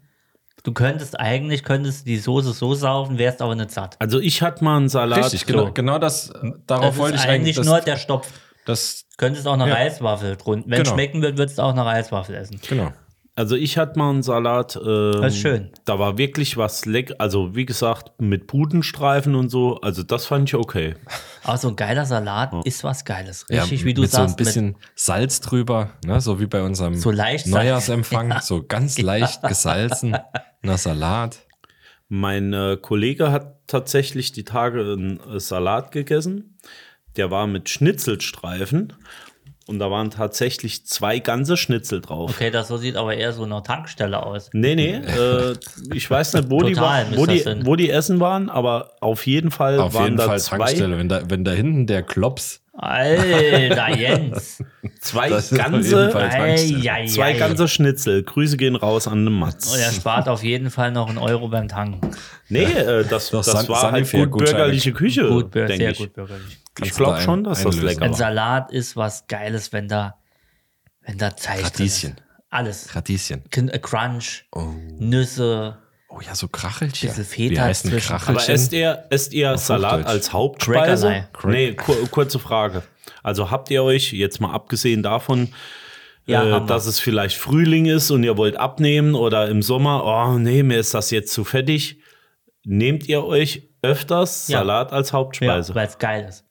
A: Du könntest eigentlich könntest die Soße so saufen, wärst aber nicht satt.
E: Also ich hatte mal einen Salat.
F: Richtig, genau,
E: So,
F: genau das, äh, darauf
A: Das
F: wollte
A: ist
F: ich
A: eigentlich
F: eigentlich, das,
A: nur der Stopf.
F: das,
A: Könntest auch eine
F: Ja.
A: Reiswaffel drunter. Wenn es
F: Genau.
A: schmecken wird, würdest du auch eine Reiswaffel essen.
F: genau.
E: also ich hatte mal einen Salat. Ähm,
A: Das ist schön.
E: Da war wirklich was lecker. Also wie gesagt, mit Putenstreifen und so. Also das fand ich okay.
A: Aber so ein geiler Salat ist was Geiles.
F: Ja,
A: Richtig, wie du
F: mit
A: sagst.
F: so ein bisschen Salz drüber, ne? so wie bei unserem
A: So leicht Salz.
F: Neujahrsempfang, so ganz leicht gesalzen, na Salat.
E: Mein äh, Kollege hat tatsächlich die Tage einen äh, Salat gegessen. Der war mit Schnitzelstreifen. Und da waren tatsächlich zwei ganze Schnitzel drauf.
A: Okay, das so sieht aber eher so eine Tankstelle aus.
E: Nee, nee, äh, ich weiß nicht, wo, die,
A: Total
E: war, wo,
A: ist
E: die,
A: das denn.
E: wo die Essen waren, aber auf jeden Fall
F: Auf
E: waren
F: jeden
E: da
F: Fall
E: zwei,
F: Tankstelle, wenn da, wenn da hinten der Klops,
A: Alter, Jens.
E: zwei
F: Das ist auf jeden
E: ganze,
F: Fall- Tankstelle.
A: Eieiei.
E: zwei ganze Schnitzel. Grüße gehen raus an
A: Und er
E: den Matz.
A: spart auf jeden Fall noch einen Euro beim Tanken.
E: Nee, äh, das,
F: Doch,
E: das,
F: San-
E: war halt
F: Sanifair
E: gut bürgerliche Küche,
A: Gut, bür-
E: denke
A: sehr
E: ich.
A: gut bürgerlich.
E: Ich
F: Kannst du
E: glaube
F: da
E: schon,
F: ein-
E: dass das
F: einlösen.
E: lecker
A: Ein
E: war.
A: Salat ist was Geiles, wenn da, wenn da Zeit
F: Radieschen.
A: drin ist. Alles.
F: Radieschen.
A: Kin- äh, Crunch, Nüsse,
F: Oh ja, so Krachelchen.
A: Bisschen Feta
F: Wie heißen
A: zwischen.
E: Aber esst
F: Krachelchen?
E: ihr, esst ihr Salat
F: Hochdeutsch.
E: als Hauptspeise?
A: Crackerlei.
E: Nee, kur kurze Frage. Also habt ihr euch, jetzt mal abgesehen davon,
A: Ja,
E: äh,
A: haben wir.
E: dass es vielleicht Frühling ist und ihr wollt abnehmen oder im Sommer, oh nee, mir ist das jetzt zu fettig, nehmt ihr euch öfters
A: Ja.
E: Salat als
A: ja,
E: Hauptspeise?
A: weil es geil ist.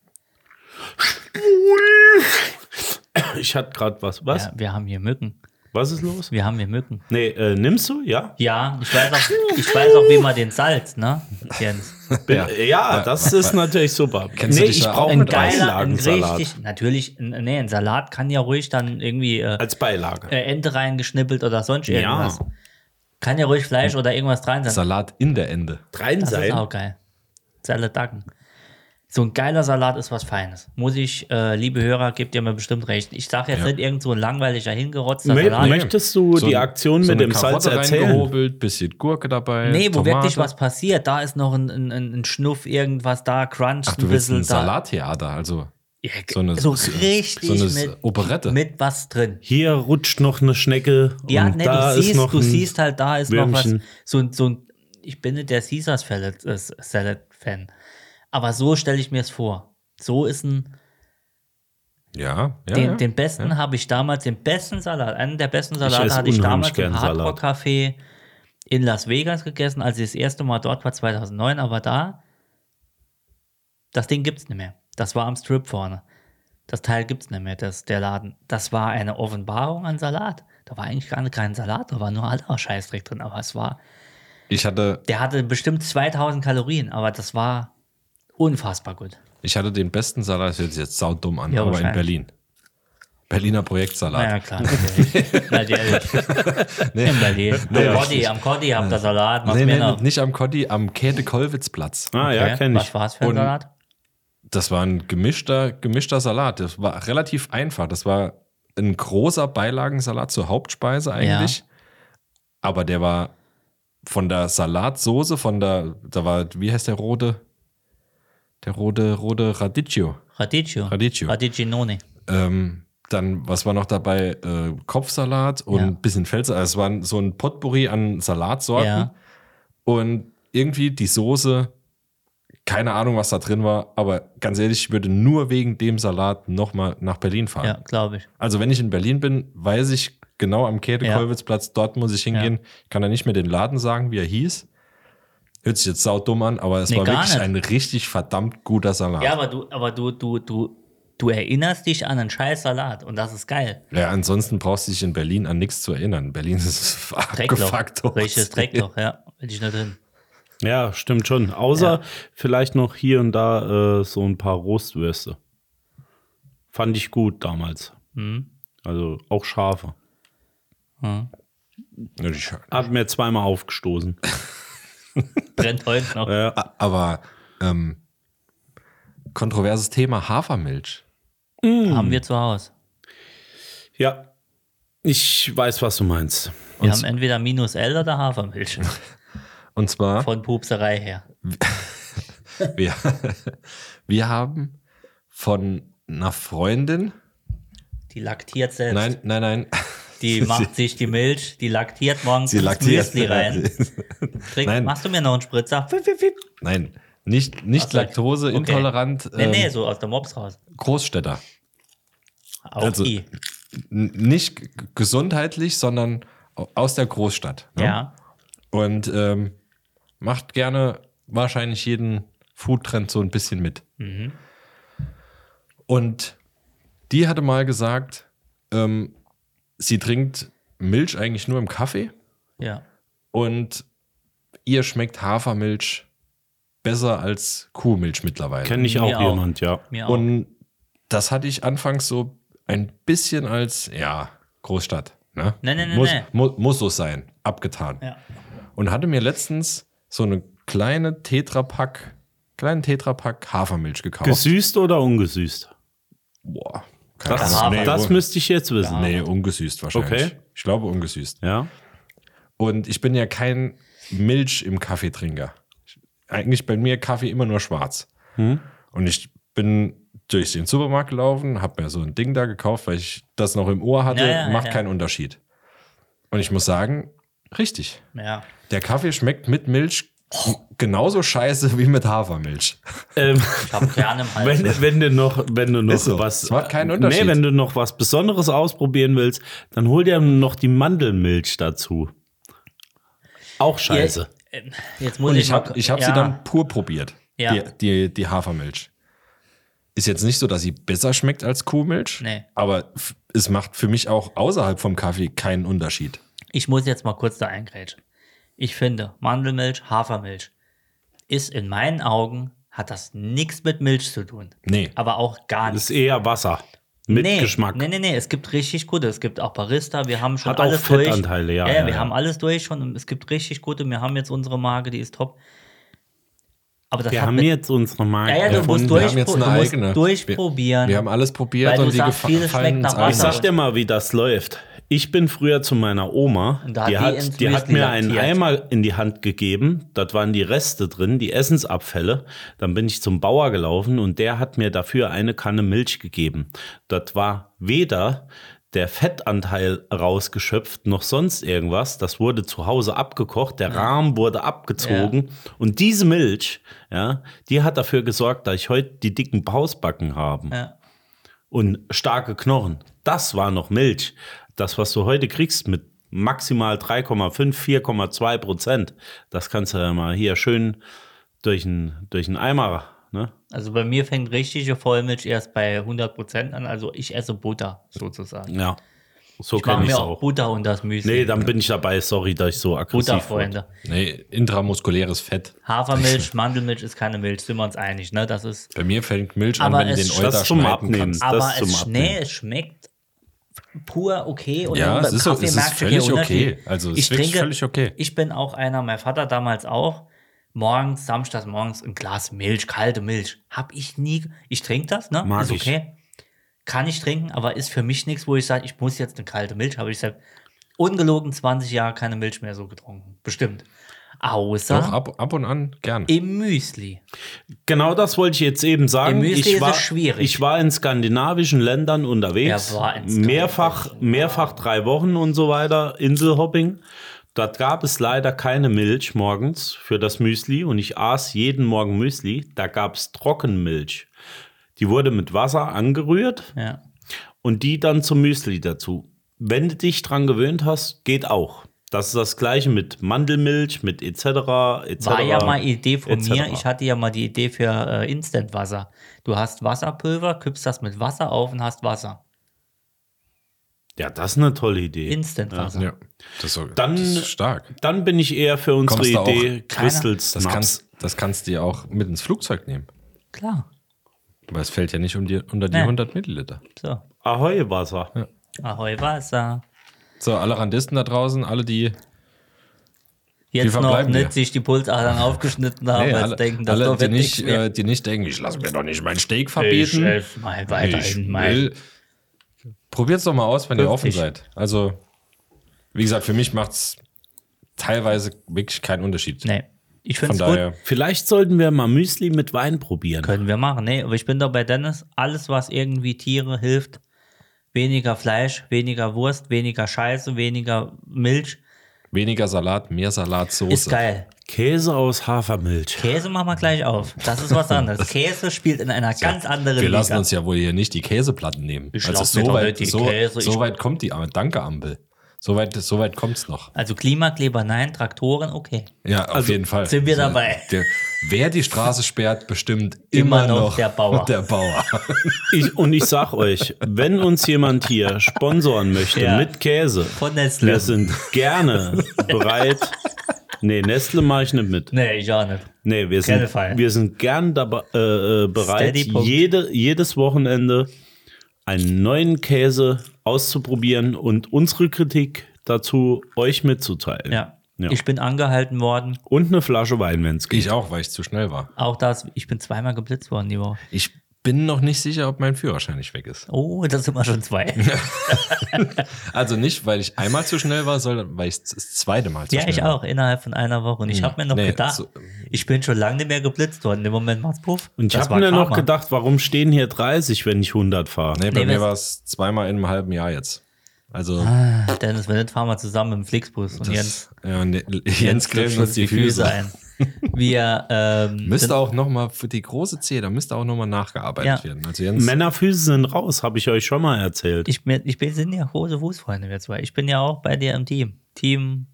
E: ich hatte gerade was. Was?
A: Ja, wir haben hier Mücken.
E: Was ist los?
A: Wir haben hier Mücken.
E: Nee, äh, nimmst du? Ja?
A: Ja, ich weiß auch, ich weiß auch wie man den salzt, ne? Jens.
E: Bin, ja. das ist natürlich super.
F: Kennst du
E: nee,
F: dich
E: ich
F: da
E: brauche
F: auch
E: einen
F: mit
A: Geiler, ein
E: Beilagensalat
A: richtig, natürlich, n- nee, ein Salat kann ja ruhig dann irgendwie äh,
E: als Beilage.
A: äh, Ente reingeschnippelt oder sonst irgendwas.
E: Ja.
A: Kann ja ruhig Fleisch oder irgendwas rein sein.
F: Salat in der Ende.
E: Rein
A: Das ist
E: sein.
A: auch geil. Salataken. So ein geiler Salat ist was Feines. Muss ich, äh, liebe Hörer, gebt ihr mir bestimmt recht. Ich sage jetzt
F: Ja.
A: nicht irgend so ein langweiliger, hingerotzter
E: Mö-
A: Salat. Nee,
E: Möchtest du
F: So
E: die
F: ein-
E: Aktion
F: so
E: mit
F: eine
E: dem Salz
F: Karotte
E: erzählen?
F: reingehobelt, bisschen Gurke dabei.
A: wo
F: Tomate.
A: wirklich was passiert. Da ist noch ein, ein, ein ein Schnuff, irgendwas da, Crunch
F: Ach,
A: ein
F: du willst
A: bisschen
F: ein
A: da.
F: Salattheater, also
A: Ja,
F: So eine-
A: so
F: so-
A: richtig
F: so eine
A: mit,
F: Operette.
A: mit was drin.
E: Hier rutscht noch eine Schnecke
A: Ja,
E: und
A: ne,
E: da
A: du,
E: ist noch
A: siehst, du
E: ein
A: siehst halt, da ist noch was.
E: Würmchen.
A: So, ein- so ein, ich bin nicht der Caesar Salad, äh, Salad Fan. Aber so stelle ich mir es vor. So ist ein,
F: Ja, ja.
A: den,
F: ja.
A: den besten habe ich damals, den besten Salat, einen der besten Salate
E: esse
A: hatte ich
E: unheimlich
A: damals im
E: gern Salat.
A: Hardrock Café in Las Vegas gegessen, als ich das erste Mal dort war, 2009. Aber da, das Ding gibt es nicht mehr. Das war am Strip vorne. Das Teil gibt es nicht mehr, das, der Laden. Das war eine Offenbarung an Salat. Da war eigentlich gar nicht kein Salat, da war nur alter Scheißdreck drin. Aber es war,
F: ich hatte
A: der hatte bestimmt 2000 Kalorien, aber das war unfassbar gut.
F: Ich hatte den besten Salat, das hört sich jetzt saudumm an,
A: Ja,
F: aber in
A: wahrscheinlich.
F: Berlin. Berliner Projektsalat.
A: Ja, klar. Natürlich. natürlich. In Berlin. Am Kotti, am Kotti habt ihr Salat. Was
F: nee,
A: mehr
F: nee,
A: noch?
F: nicht am Kotti, am Käthe-Kollwitz-Platz.
E: Ah ja,
A: Okay.
E: kenn ich.
A: Was war es für ein
F: Und-
A: Salat?
F: Das war ein gemischter, gemischter Salat. Das war relativ einfach. Das war ein großer Beilagensalat zur Hauptspeise eigentlich. Aber der war von der Salatsoße, von der, da war, wie heißt der rote? Der rote, rote Radicchio.
A: Radicchio.
F: Radicchio.
A: Radiccinone.
F: Ähm, dann, was war noch dabei? Äh, Kopfsalat und
A: Ja.
F: ein bisschen Fels. Also es war so ein Potpourri an Salatsorten.
A: Ja.
F: Und irgendwie die Soße, keine Ahnung, was da drin war, aber ganz ehrlich, ich würde nur wegen dem Salat nochmal nach Berlin fahren.
A: Ja, glaube ich.
F: Also wenn ich in Berlin bin, weiß ich genau am Käthe-Kollwitz-Platz, dort muss ich hingehen. Ich kann da nicht mehr den Laden sagen, wie er hieß. Hört sich jetzt saudumm an, aber es
A: Nee,
F: war
A: gar
F: wirklich
A: nicht.
F: ein richtig verdammt guter Salat.
A: Ja, aber du, aber du, du, du, du erinnerst dich an einen scheiß Salat und das ist geil.
F: Ja, ansonsten brauchst du dich in Berlin an nichts zu erinnern. Berlin ist
A: Dreckloch.
F: abgefuckt.
A: Richtiges Dreckloch, ja. Bin ich nicht drin.
E: Ja, stimmt schon. Außer vielleicht noch hier und da äh, so ein paar Rostwürste. Fand ich gut damals.
A: Mhm.
E: Also auch scharfe.
F: Ja, die Scha-
E: Hat mir zweimal aufgestoßen.
A: Brennt heute noch.
F: A- Aber ähm, kontroverses Thema Hafermilch.
A: Haben wir zu Hause.
E: Ja, ich weiß, was du meinst.
A: Wir haben entweder minus L oder Hafermilch.
F: Und zwar,
A: Von Pupserei her.
F: wir, wir haben von einer Freundin,
A: Die laktiert selbst.
F: nein, nein, nein,
A: Die macht sich die Milch, die laktiert morgens
F: sie
A: ins
F: laktiert.
A: Müsli rein. Trink,
F: Nein.
A: Machst du mir noch einen Spritzer?
F: nein, nicht, nicht
A: Ach so.
F: laktoseintolerant,
A: Nee, nee,
F: ähm,
A: so aus der Mops raus.
F: Großstädter.
A: Auch
F: Also,
A: die.
F: N- Nicht g- gesundheitlich, sondern au- aus der Großstadt. ne?
A: Ja.
F: und ähm, macht gerne wahrscheinlich jeden Foodtrend so ein bisschen mit. Und die hatte mal gesagt, ähm, sie trinkt Milch eigentlich nur im Kaffee
A: ja.
F: und ihr schmeckt Hafermilch besser als Kuhmilch mittlerweile.
E: Kenne ich auch
A: Mir auch.
E: jemand, ja.
A: Mir auch.
F: Und das hatte ich anfangs so ein bisschen als, ja, Großstadt. Ne?
A: Nee, nee, nee,
F: muss,
A: nee.
F: Mu muss so sein, abgetan.
A: Ja.
F: Und hatte mir letztens so eine kleine Tetrapack, kleinen Tetrapack Hafermilch gekauft.
E: Gesüßt oder ungesüßt?
F: Boah, keine
E: Das,
F: Ahnung.
A: Hafer.
E: das
F: un-
E: müsste ich jetzt wissen.
F: Nee, ungesüßt wahrscheinlich.
E: Okay.
F: Ich glaube ungesüßt.
E: Ja.
F: Und ich bin ja kein Milch im Kaffeetrinker. Ich- Eigentlich bei mir Kaffee immer nur schwarz. Und ich bin durch den Supermarkt gelaufen, habe mir so ein Ding da gekauft, weil ich das noch im Ohr hatte.
A: Ja, ja, ja,
F: Macht
A: ja.
F: keinen Unterschied. Und ich muss sagen, richtig.
A: ja.
F: Der Kaffee schmeckt mit Milch
A: Oh.
F: genauso scheiße wie mit Hafermilch.
E: Ähm,
A: Ich habe gerne im Hals.
E: wenn, wenn du noch, wenn du noch
F: Ist so.
E: was.
F: Es macht keinen Unterschied.
E: Nee, wenn du noch was Besonderes ausprobieren willst, dann hol dir noch die Mandelmilch dazu. Auch scheiße.
A: Ähm, Jetzt muss
F: Und
A: ich,
F: ich
A: mal-
F: habe ich hab
A: ja.
F: sie dann pur probiert,
A: Ja.
F: die, die, die Hafermilch. Ist jetzt nicht so, dass sie besser schmeckt als Kuhmilch,
A: Nee.
F: aber f- es macht für mich auch außerhalb vom Kaffee keinen Unterschied.
A: Ich muss jetzt mal kurz da eingrätschen. Ich finde, Mandelmilch, Hafermilch ist in meinen Augen, hat das nichts mit Milch zu tun.
F: Nee.
A: Aber auch gar nichts.
E: Ist eher Wasser. Mit
A: nee,
E: Geschmack.
A: Nee, nee, nee, es gibt richtig gute. Es gibt auch Barista, wir haben schon
E: Hat auch
A: alles durch.
E: Fettanteile, ja,
A: Ja,
E: ja,
A: wir
E: ja.
A: haben alles durch schon. und Es gibt richtig gute. Wir haben jetzt unsere Marke, die ist top. Aber das
E: Wir
A: hat
E: haben
A: mit,
E: jetzt unsere Marke.
A: Ja, ja, du musst
E: erfunden.
A: durch-
F: Wir haben jetzt eine
A: du musst
F: eigene.
A: durchprobieren.
F: Wir, wir haben alles probiert
A: Weil du
F: und die
A: sagst,
F: gefa-
A: vieles
F: fallen
A: schmeckt nach
F: ins
E: Ich
F: Eis.
A: Wasser.
E: sag dir mal, wie das läuft. Ich bin früher zu meiner Oma.
A: Und da hat
E: die,
A: die ins
E: hat, die hat
A: Müsli
E: mir einen
A: laktiert.
E: Eimer in die Hand gegeben. Dort waren die Reste drin, die Essensabfälle. Dann bin ich zum Bauer gelaufen und der hat mir dafür eine Kanne Milch gegeben. Dort war weder der Fettanteil rausgeschöpft noch sonst irgendwas. Das wurde zu Hause abgekocht. Der Rahm wurde abgezogen. Und diese Milch, ja, die hat dafür gesorgt, dass ich heute die dicken Pausbacken habe
A: Ja.
E: und starke Knochen. Das war noch Milch. Das, was du heute kriegst mit maximal 3,5, 4,2 Prozent, das kannst du ja mal hier schön durch einen durch einen Eimer. Ne?
A: Also bei mir fängt richtige Vollmilch erst bei 100% an. Also ich esse Butter sozusagen.
E: Ja, so
A: Ich mache
E: kann ich
A: mir
E: es
A: auch
E: auch.
A: Butter und das Müsli.
E: Nee, dann bin ich dabei. Sorry, dass ich so
A: Butter,
E: aggressiv wurde.
A: Freunde.
F: Nee, intramuskuläres Fett.
A: Hafermilch, Mandelmilch ist keine Milch, sind wir uns einig, ne? Das ist.
F: Bei mir fängt Milch
A: Aber
F: an, wenn
A: es-
F: du den
E: Das
F: Euter
E: zum
F: schneiden
E: Abnehmen.
F: kannst.
A: Aber
E: das zum
A: es, nee, es schmeckt pur okay. Und
F: Ja,
A: dann
F: es
A: beim
F: ist so-
A: Kaffee
F: es ist
A: merkst du
F: völlig
A: den Unterschied.
F: okay. Also, es ist wirklich völlig okay.
A: Ich bin auch einer, mein Vater damals auch, morgens, samstags morgens ein Glas Milch, kalte Milch. Hab ich nie, ich trinke das, ne?
E: Mag
A: ist
E: ich.
A: okay. Kann ich trinken, aber ist für mich nichts, wo ich sage, ich muss jetzt eine kalte Milch. Habe ich seit ungelogen 20 Jahre keine Milch mehr so getrunken. Bestimmt. Außer
F: Doch, ab, ab und an gern.
A: im Müsli.
E: Genau das wollte ich jetzt eben sagen.
A: Im Müsli
E: ich
A: ist es
E: war,
A: schwierig.
E: Ich war in skandinavischen Ländern unterwegs.
A: Er war in Skandinavien.
E: mehrfach, mehrfach drei Wochen und so weiter, Inselhopping. Dort gab es leider keine Milch morgens für das Müsli und ich aß jeden Morgen Müsli. Da gab es Trockenmilch. Die wurde mit Wasser angerührt
A: Ja.
E: und die dann zum Müsli dazu. Wenn du dich dran gewöhnt hast, geht auch. Das ist das gleiche mit Mandelmilch, mit etc. etc.
A: War ja mal Idee von
E: etc..
A: mir. Ich hatte ja mal die Idee für äh, Instant-Wasser. Du hast Wasserpulver, kippst das mit Wasser auf und hast Wasser.
E: ja, das ist eine tolle Idee.
A: Instant-Wasser.
F: Ja. Das ist, so,
E: Dann-
F: das ist stark.
E: Dann bin ich eher für unsere
F: Kommst du auch-
E: Idee
A: Keiner-
E: Crystal
F: Das
E: Snaps.
F: kannst, das kannst du dir auch mit ins Flugzeug nehmen.
A: Klar.
F: Weil es fällt ja nicht um die, unter die
A: Nee.
F: 100 Milliliter.
A: So.
E: Ahoi Wasser.
A: Ahoi Wasser.
F: So, alle Randisten da draußen, alle, die
A: Jetzt noch
F: verbleiben
A: nicht
F: wir?
A: sich die Pulsadern aufgeschnitten haben,
F: Nee,
A: weil
F: alle,
A: sie denken, das
F: alle
A: doch
F: die,
A: wird
F: nicht,
A: nicht mehr.
F: äh, die nicht denken, ich lasse mir doch nicht mein
A: ich
F: Steak
A: äh,
F: verbieten.
A: esse mal weiter
F: Ich
A: in mein
F: will- Probiert's doch mal aus, wenn ihr offen
A: Fünfzig.
F: seid. Also, wie gesagt, für mich macht's teilweise wirklich keinen Unterschied.
A: Nee. Ich
F: Von
A: finde es
F: daher,
A: gut.
E: Vielleicht sollten wir mal Müsli mit Wein probieren.
A: Können wir machen. Nee, aber ich bin doch bei Dennis. Alles, was irgendwie Tiere hilft, weniger Fleisch, weniger Wurst, weniger Scheiße, weniger Milch,
F: weniger Salat, mehr Salatsoße.
A: ist geil.
E: Käse aus Hafermilch.
A: Käse machen wir gleich auf. Das ist was anderes. Käse spielt in einer ganz anderen
F: Wir
A: Liga.
F: lassen uns ja wohl hier nicht die Käseplatten nehmen.
A: Ich
F: also
A: lass mir
F: so
A: doch
F: weit,
A: nicht die
F: so,
A: Käse, ich-
F: so weit kommt die Ampel. Danke, Ampel. So weit, so weit kommt's noch.
A: also Klimakleber nein, Traktoren okay.
F: Ja, auf jeden Fall.
A: Also sind
F: Also
A: wir dabei.
F: Der, wer die Straße sperrt, bestimmt
A: Immer
F: immer,
A: noch
F: noch,
A: der Bauer.
F: Der Bauer.
E: Ich, und ich sag euch, wenn uns jemand hier sponsoren möchte
A: Ja.
E: mit Käse,
A: Von Nestle.
E: wir sind gerne bereit. Nee, Nestle mache ich nicht mit.
A: Nee, ich auch nicht.
E: Nee, wir
A: Keine
E: sind,
A: Fall.
E: wir sind gern dabei, äh, äh, bereit,
A: Steady Punkt.
E: jede, jedes Wochenende einen neuen Käse auszuprobieren und unsere Kritik dazu euch mitzuteilen.
A: Ja.
E: Ja.
A: Ich bin angehalten worden.
E: Und eine Flasche Wein, wenn es geht.
F: Ich auch, weil ich zu schnell war.
A: Auch das, ich bin zweimal geblitzt worden die Woche.
F: Ich bin noch nicht sicher, ob mein Führerschein nicht weg ist.
A: Oh, das sind wir schon zwei.
F: Also nicht, weil ich einmal zu schnell war, sondern weil ich das zweite Mal zu
A: ja,
F: schnell
A: ich
F: war.
A: auch, innerhalb von einer Woche. Und ich habe mir noch
F: Hm. Nee,
A: gedacht,
F: so-
A: ich bin schon lange nicht mehr geblitzt worden. Im Moment macht's puff.
E: Und ich
A: Das
E: habe
A: war
E: mir noch
A: Karma.
E: gedacht, warum stehen hier 30, wenn ich 100 fahre?
F: Nee, bei
A: Nee,
F: mir
A: was-
F: war es zweimal in einem halben Jahr jetzt. Also
A: Dennis, wenn nicht, fahren wir zusammen im Flixbus. Und Jens,
F: das, ja, und Jens, Jens
A: klopft
F: uns die Füße.
A: ein. Wir, ähm,
F: Müsste auch nochmal für die große C, da müsste auch nochmal nachgearbeitet
A: Ja.
F: werden. Also Jens,
E: Männerfüße sind raus, habe ich euch schon mal erzählt.
A: Ich bin, ich bin, sind ja große Fußfreunde, wir zwei. Ich bin ja auch bei dir im Team. Team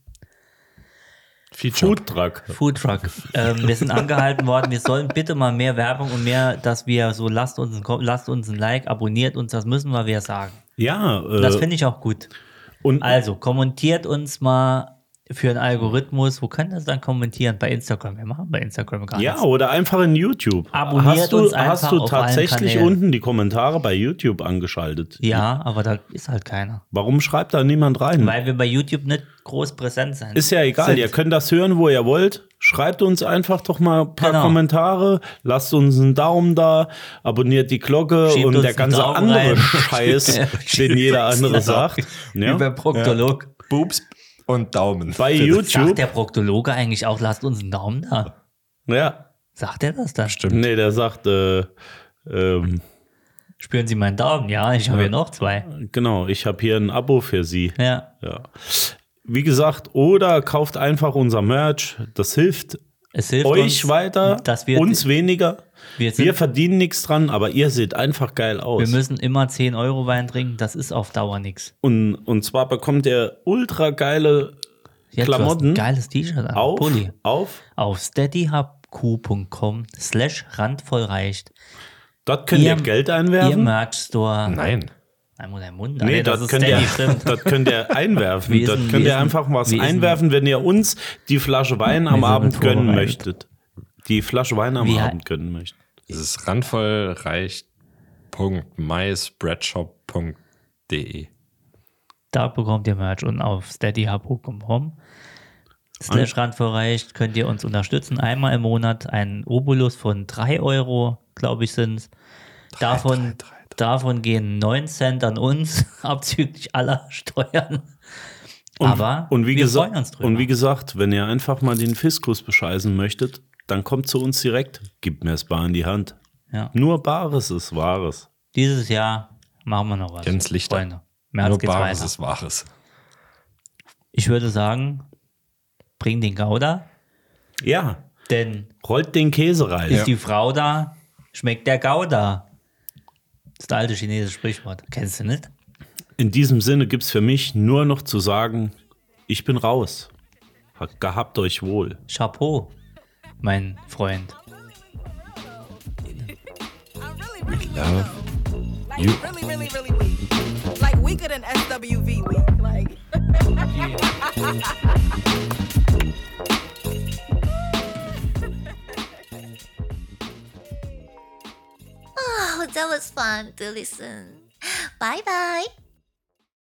E: Food Truck.
A: Foodtruck. ähm, wir sind angehalten worden, wir sollen bitte mal mehr Werbung und mehr, dass wir so, lasst uns, ein Ko- lasst uns ein Like, abonniert uns, das müssen wir wieder sagen.
E: Ja, äh,
A: Das finde ich auch gut.
E: und
A: Also, kommentiert uns mal für einen Algorithmus. Wo könnt ihr das dann kommentieren? Bei Instagram. Wir machen bei Instagram gar
E: ja,
A: nichts.
E: oder einfach in YouTube.
A: Abonniert
E: hast du,
A: uns einfach
E: hast du
A: auf allen
E: tatsächlich
A: Kanälen.
E: unten die Kommentare bei YouTube angeschaltet?
A: Ja, aber da ist halt keiner.
E: Warum schreibt da niemand rein?
A: Weil wir bei YouTube nicht groß präsent sind.
E: Ist ja egal,
A: Sind.
E: ihr könnt das hören, wo ihr wollt. Schreibt uns einfach doch mal ein paar
A: Genau.
E: Kommentare, lasst uns einen Daumen da, abonniert die Glocke
A: Schiebt
E: und
A: uns
E: der
A: einen
E: ganze
A: Daumen
E: andere
A: rein.
E: Scheiß, den jeder andere sagt.
A: Wie beim
E: Ja?
A: Proktolog.
F: Boobs und Daumen.
E: Bei
A: Sagt
E: YouTube.
A: der Proktologe eigentlich auch, lasst uns einen Daumen da?
E: Ja.
A: Sagt er das dann?
F: Stimmt.
E: Nee, der sagt, äh, ähm,
A: Spüren Sie meinen Daumen? Ja, ich habe hier noch zwei.
E: genau, ich habe hier ein Abo für Sie.
A: Ja,
E: Ja. Wie gesagt, oder kauft einfach unser Merch. Das hilft
A: es hilft
E: euch
A: uns,
E: weiter,
A: dass wir
E: uns weniger.
A: Wir
E: Wir,
A: sind-
E: verdienen nichts dran, aber ihr seht einfach geil
A: Wir
E: aus.
A: müssen immer 10 Euro Wein trinken, das ist auf Dauer nichts.
E: Und, und zwar bekommt ihr ultra geile
A: Jetzt Du hast
E: Klamotten
A: ein geiles T-Shirt an.
E: auf,
A: Ah, Pulli.
E: auf.
A: Auf steadyhubq.com slash randvollreicht.
E: Dort könnt
A: Ihr-
E: ihr, Geld
A: Ihr
E: einwerfen.
A: Merch Store.
F: Nein.
A: Einmal dein Mund. Ah,
E: Nee,
A: Nee, das ist
E: dort könnt, ihr,
A: Steady, stimmt.
E: dort könnt ihr einwerfen.
A: Wir
E: Dort
A: sind-
E: könnt
A: wir
E: ihr
A: sind-
E: einfach was
A: wir sind-
E: einwerfen, wenn ihr uns die Flasche Wein am
A: sind
E: Abend gönnen
A: vorbereitet.
E: möchtet. Die Flasche Wein am
A: Wir-
E: Abend gönnen möchtet.
F: Es ist randvoll reicht. .myspreadshop.de
A: Da bekommt ihr Merch und auf steadyhubq.com slash randvollreicht könnt ihr uns unterstützen. Einmal im Monat ein Obolus von 3 Euro, glaube ich, sind davon,
F: drei, drei, drei.
A: davon gehen 9 Cent an uns, abzüglich aller Steuern. Aber
E: Und
A: wir
E: wie, gesagt,
A: freuen uns drüber.
E: und wie gesagt, wenn ihr einfach mal den Fiskus bescheißen möchtet, dann kommt zu uns direkt. Gebt mir das Bar in die Hand.
A: Ja.
E: Nur Bares ist Wahres.
A: Dieses Jahr machen wir noch was.
F: Jens Lichter.
A: Freunde. März
F: Nur
A: geht's
F: Bares
A: weiter.
F: ist Wahres.
A: Ich würde sagen, bring den Gouda,
E: Ja,
A: denn
E: rollt den Käse rein.
A: ist die Frau da, schmeckt der Gouda. Das ist das alte chinesische Sprichwort. Kennst du nicht?
E: In diesem Sinne gibt es für mich nur noch zu sagen, ich bin raus. Gehabt euch wohl.
A: Chapeau, mein Freund.
C: I really, really weak,
F: love
C: though. Like,
F: you.
C: really, really, really weak. Like, weaker than SWV weak. Like.
B: Oh, that was fun to listen. Bye bye.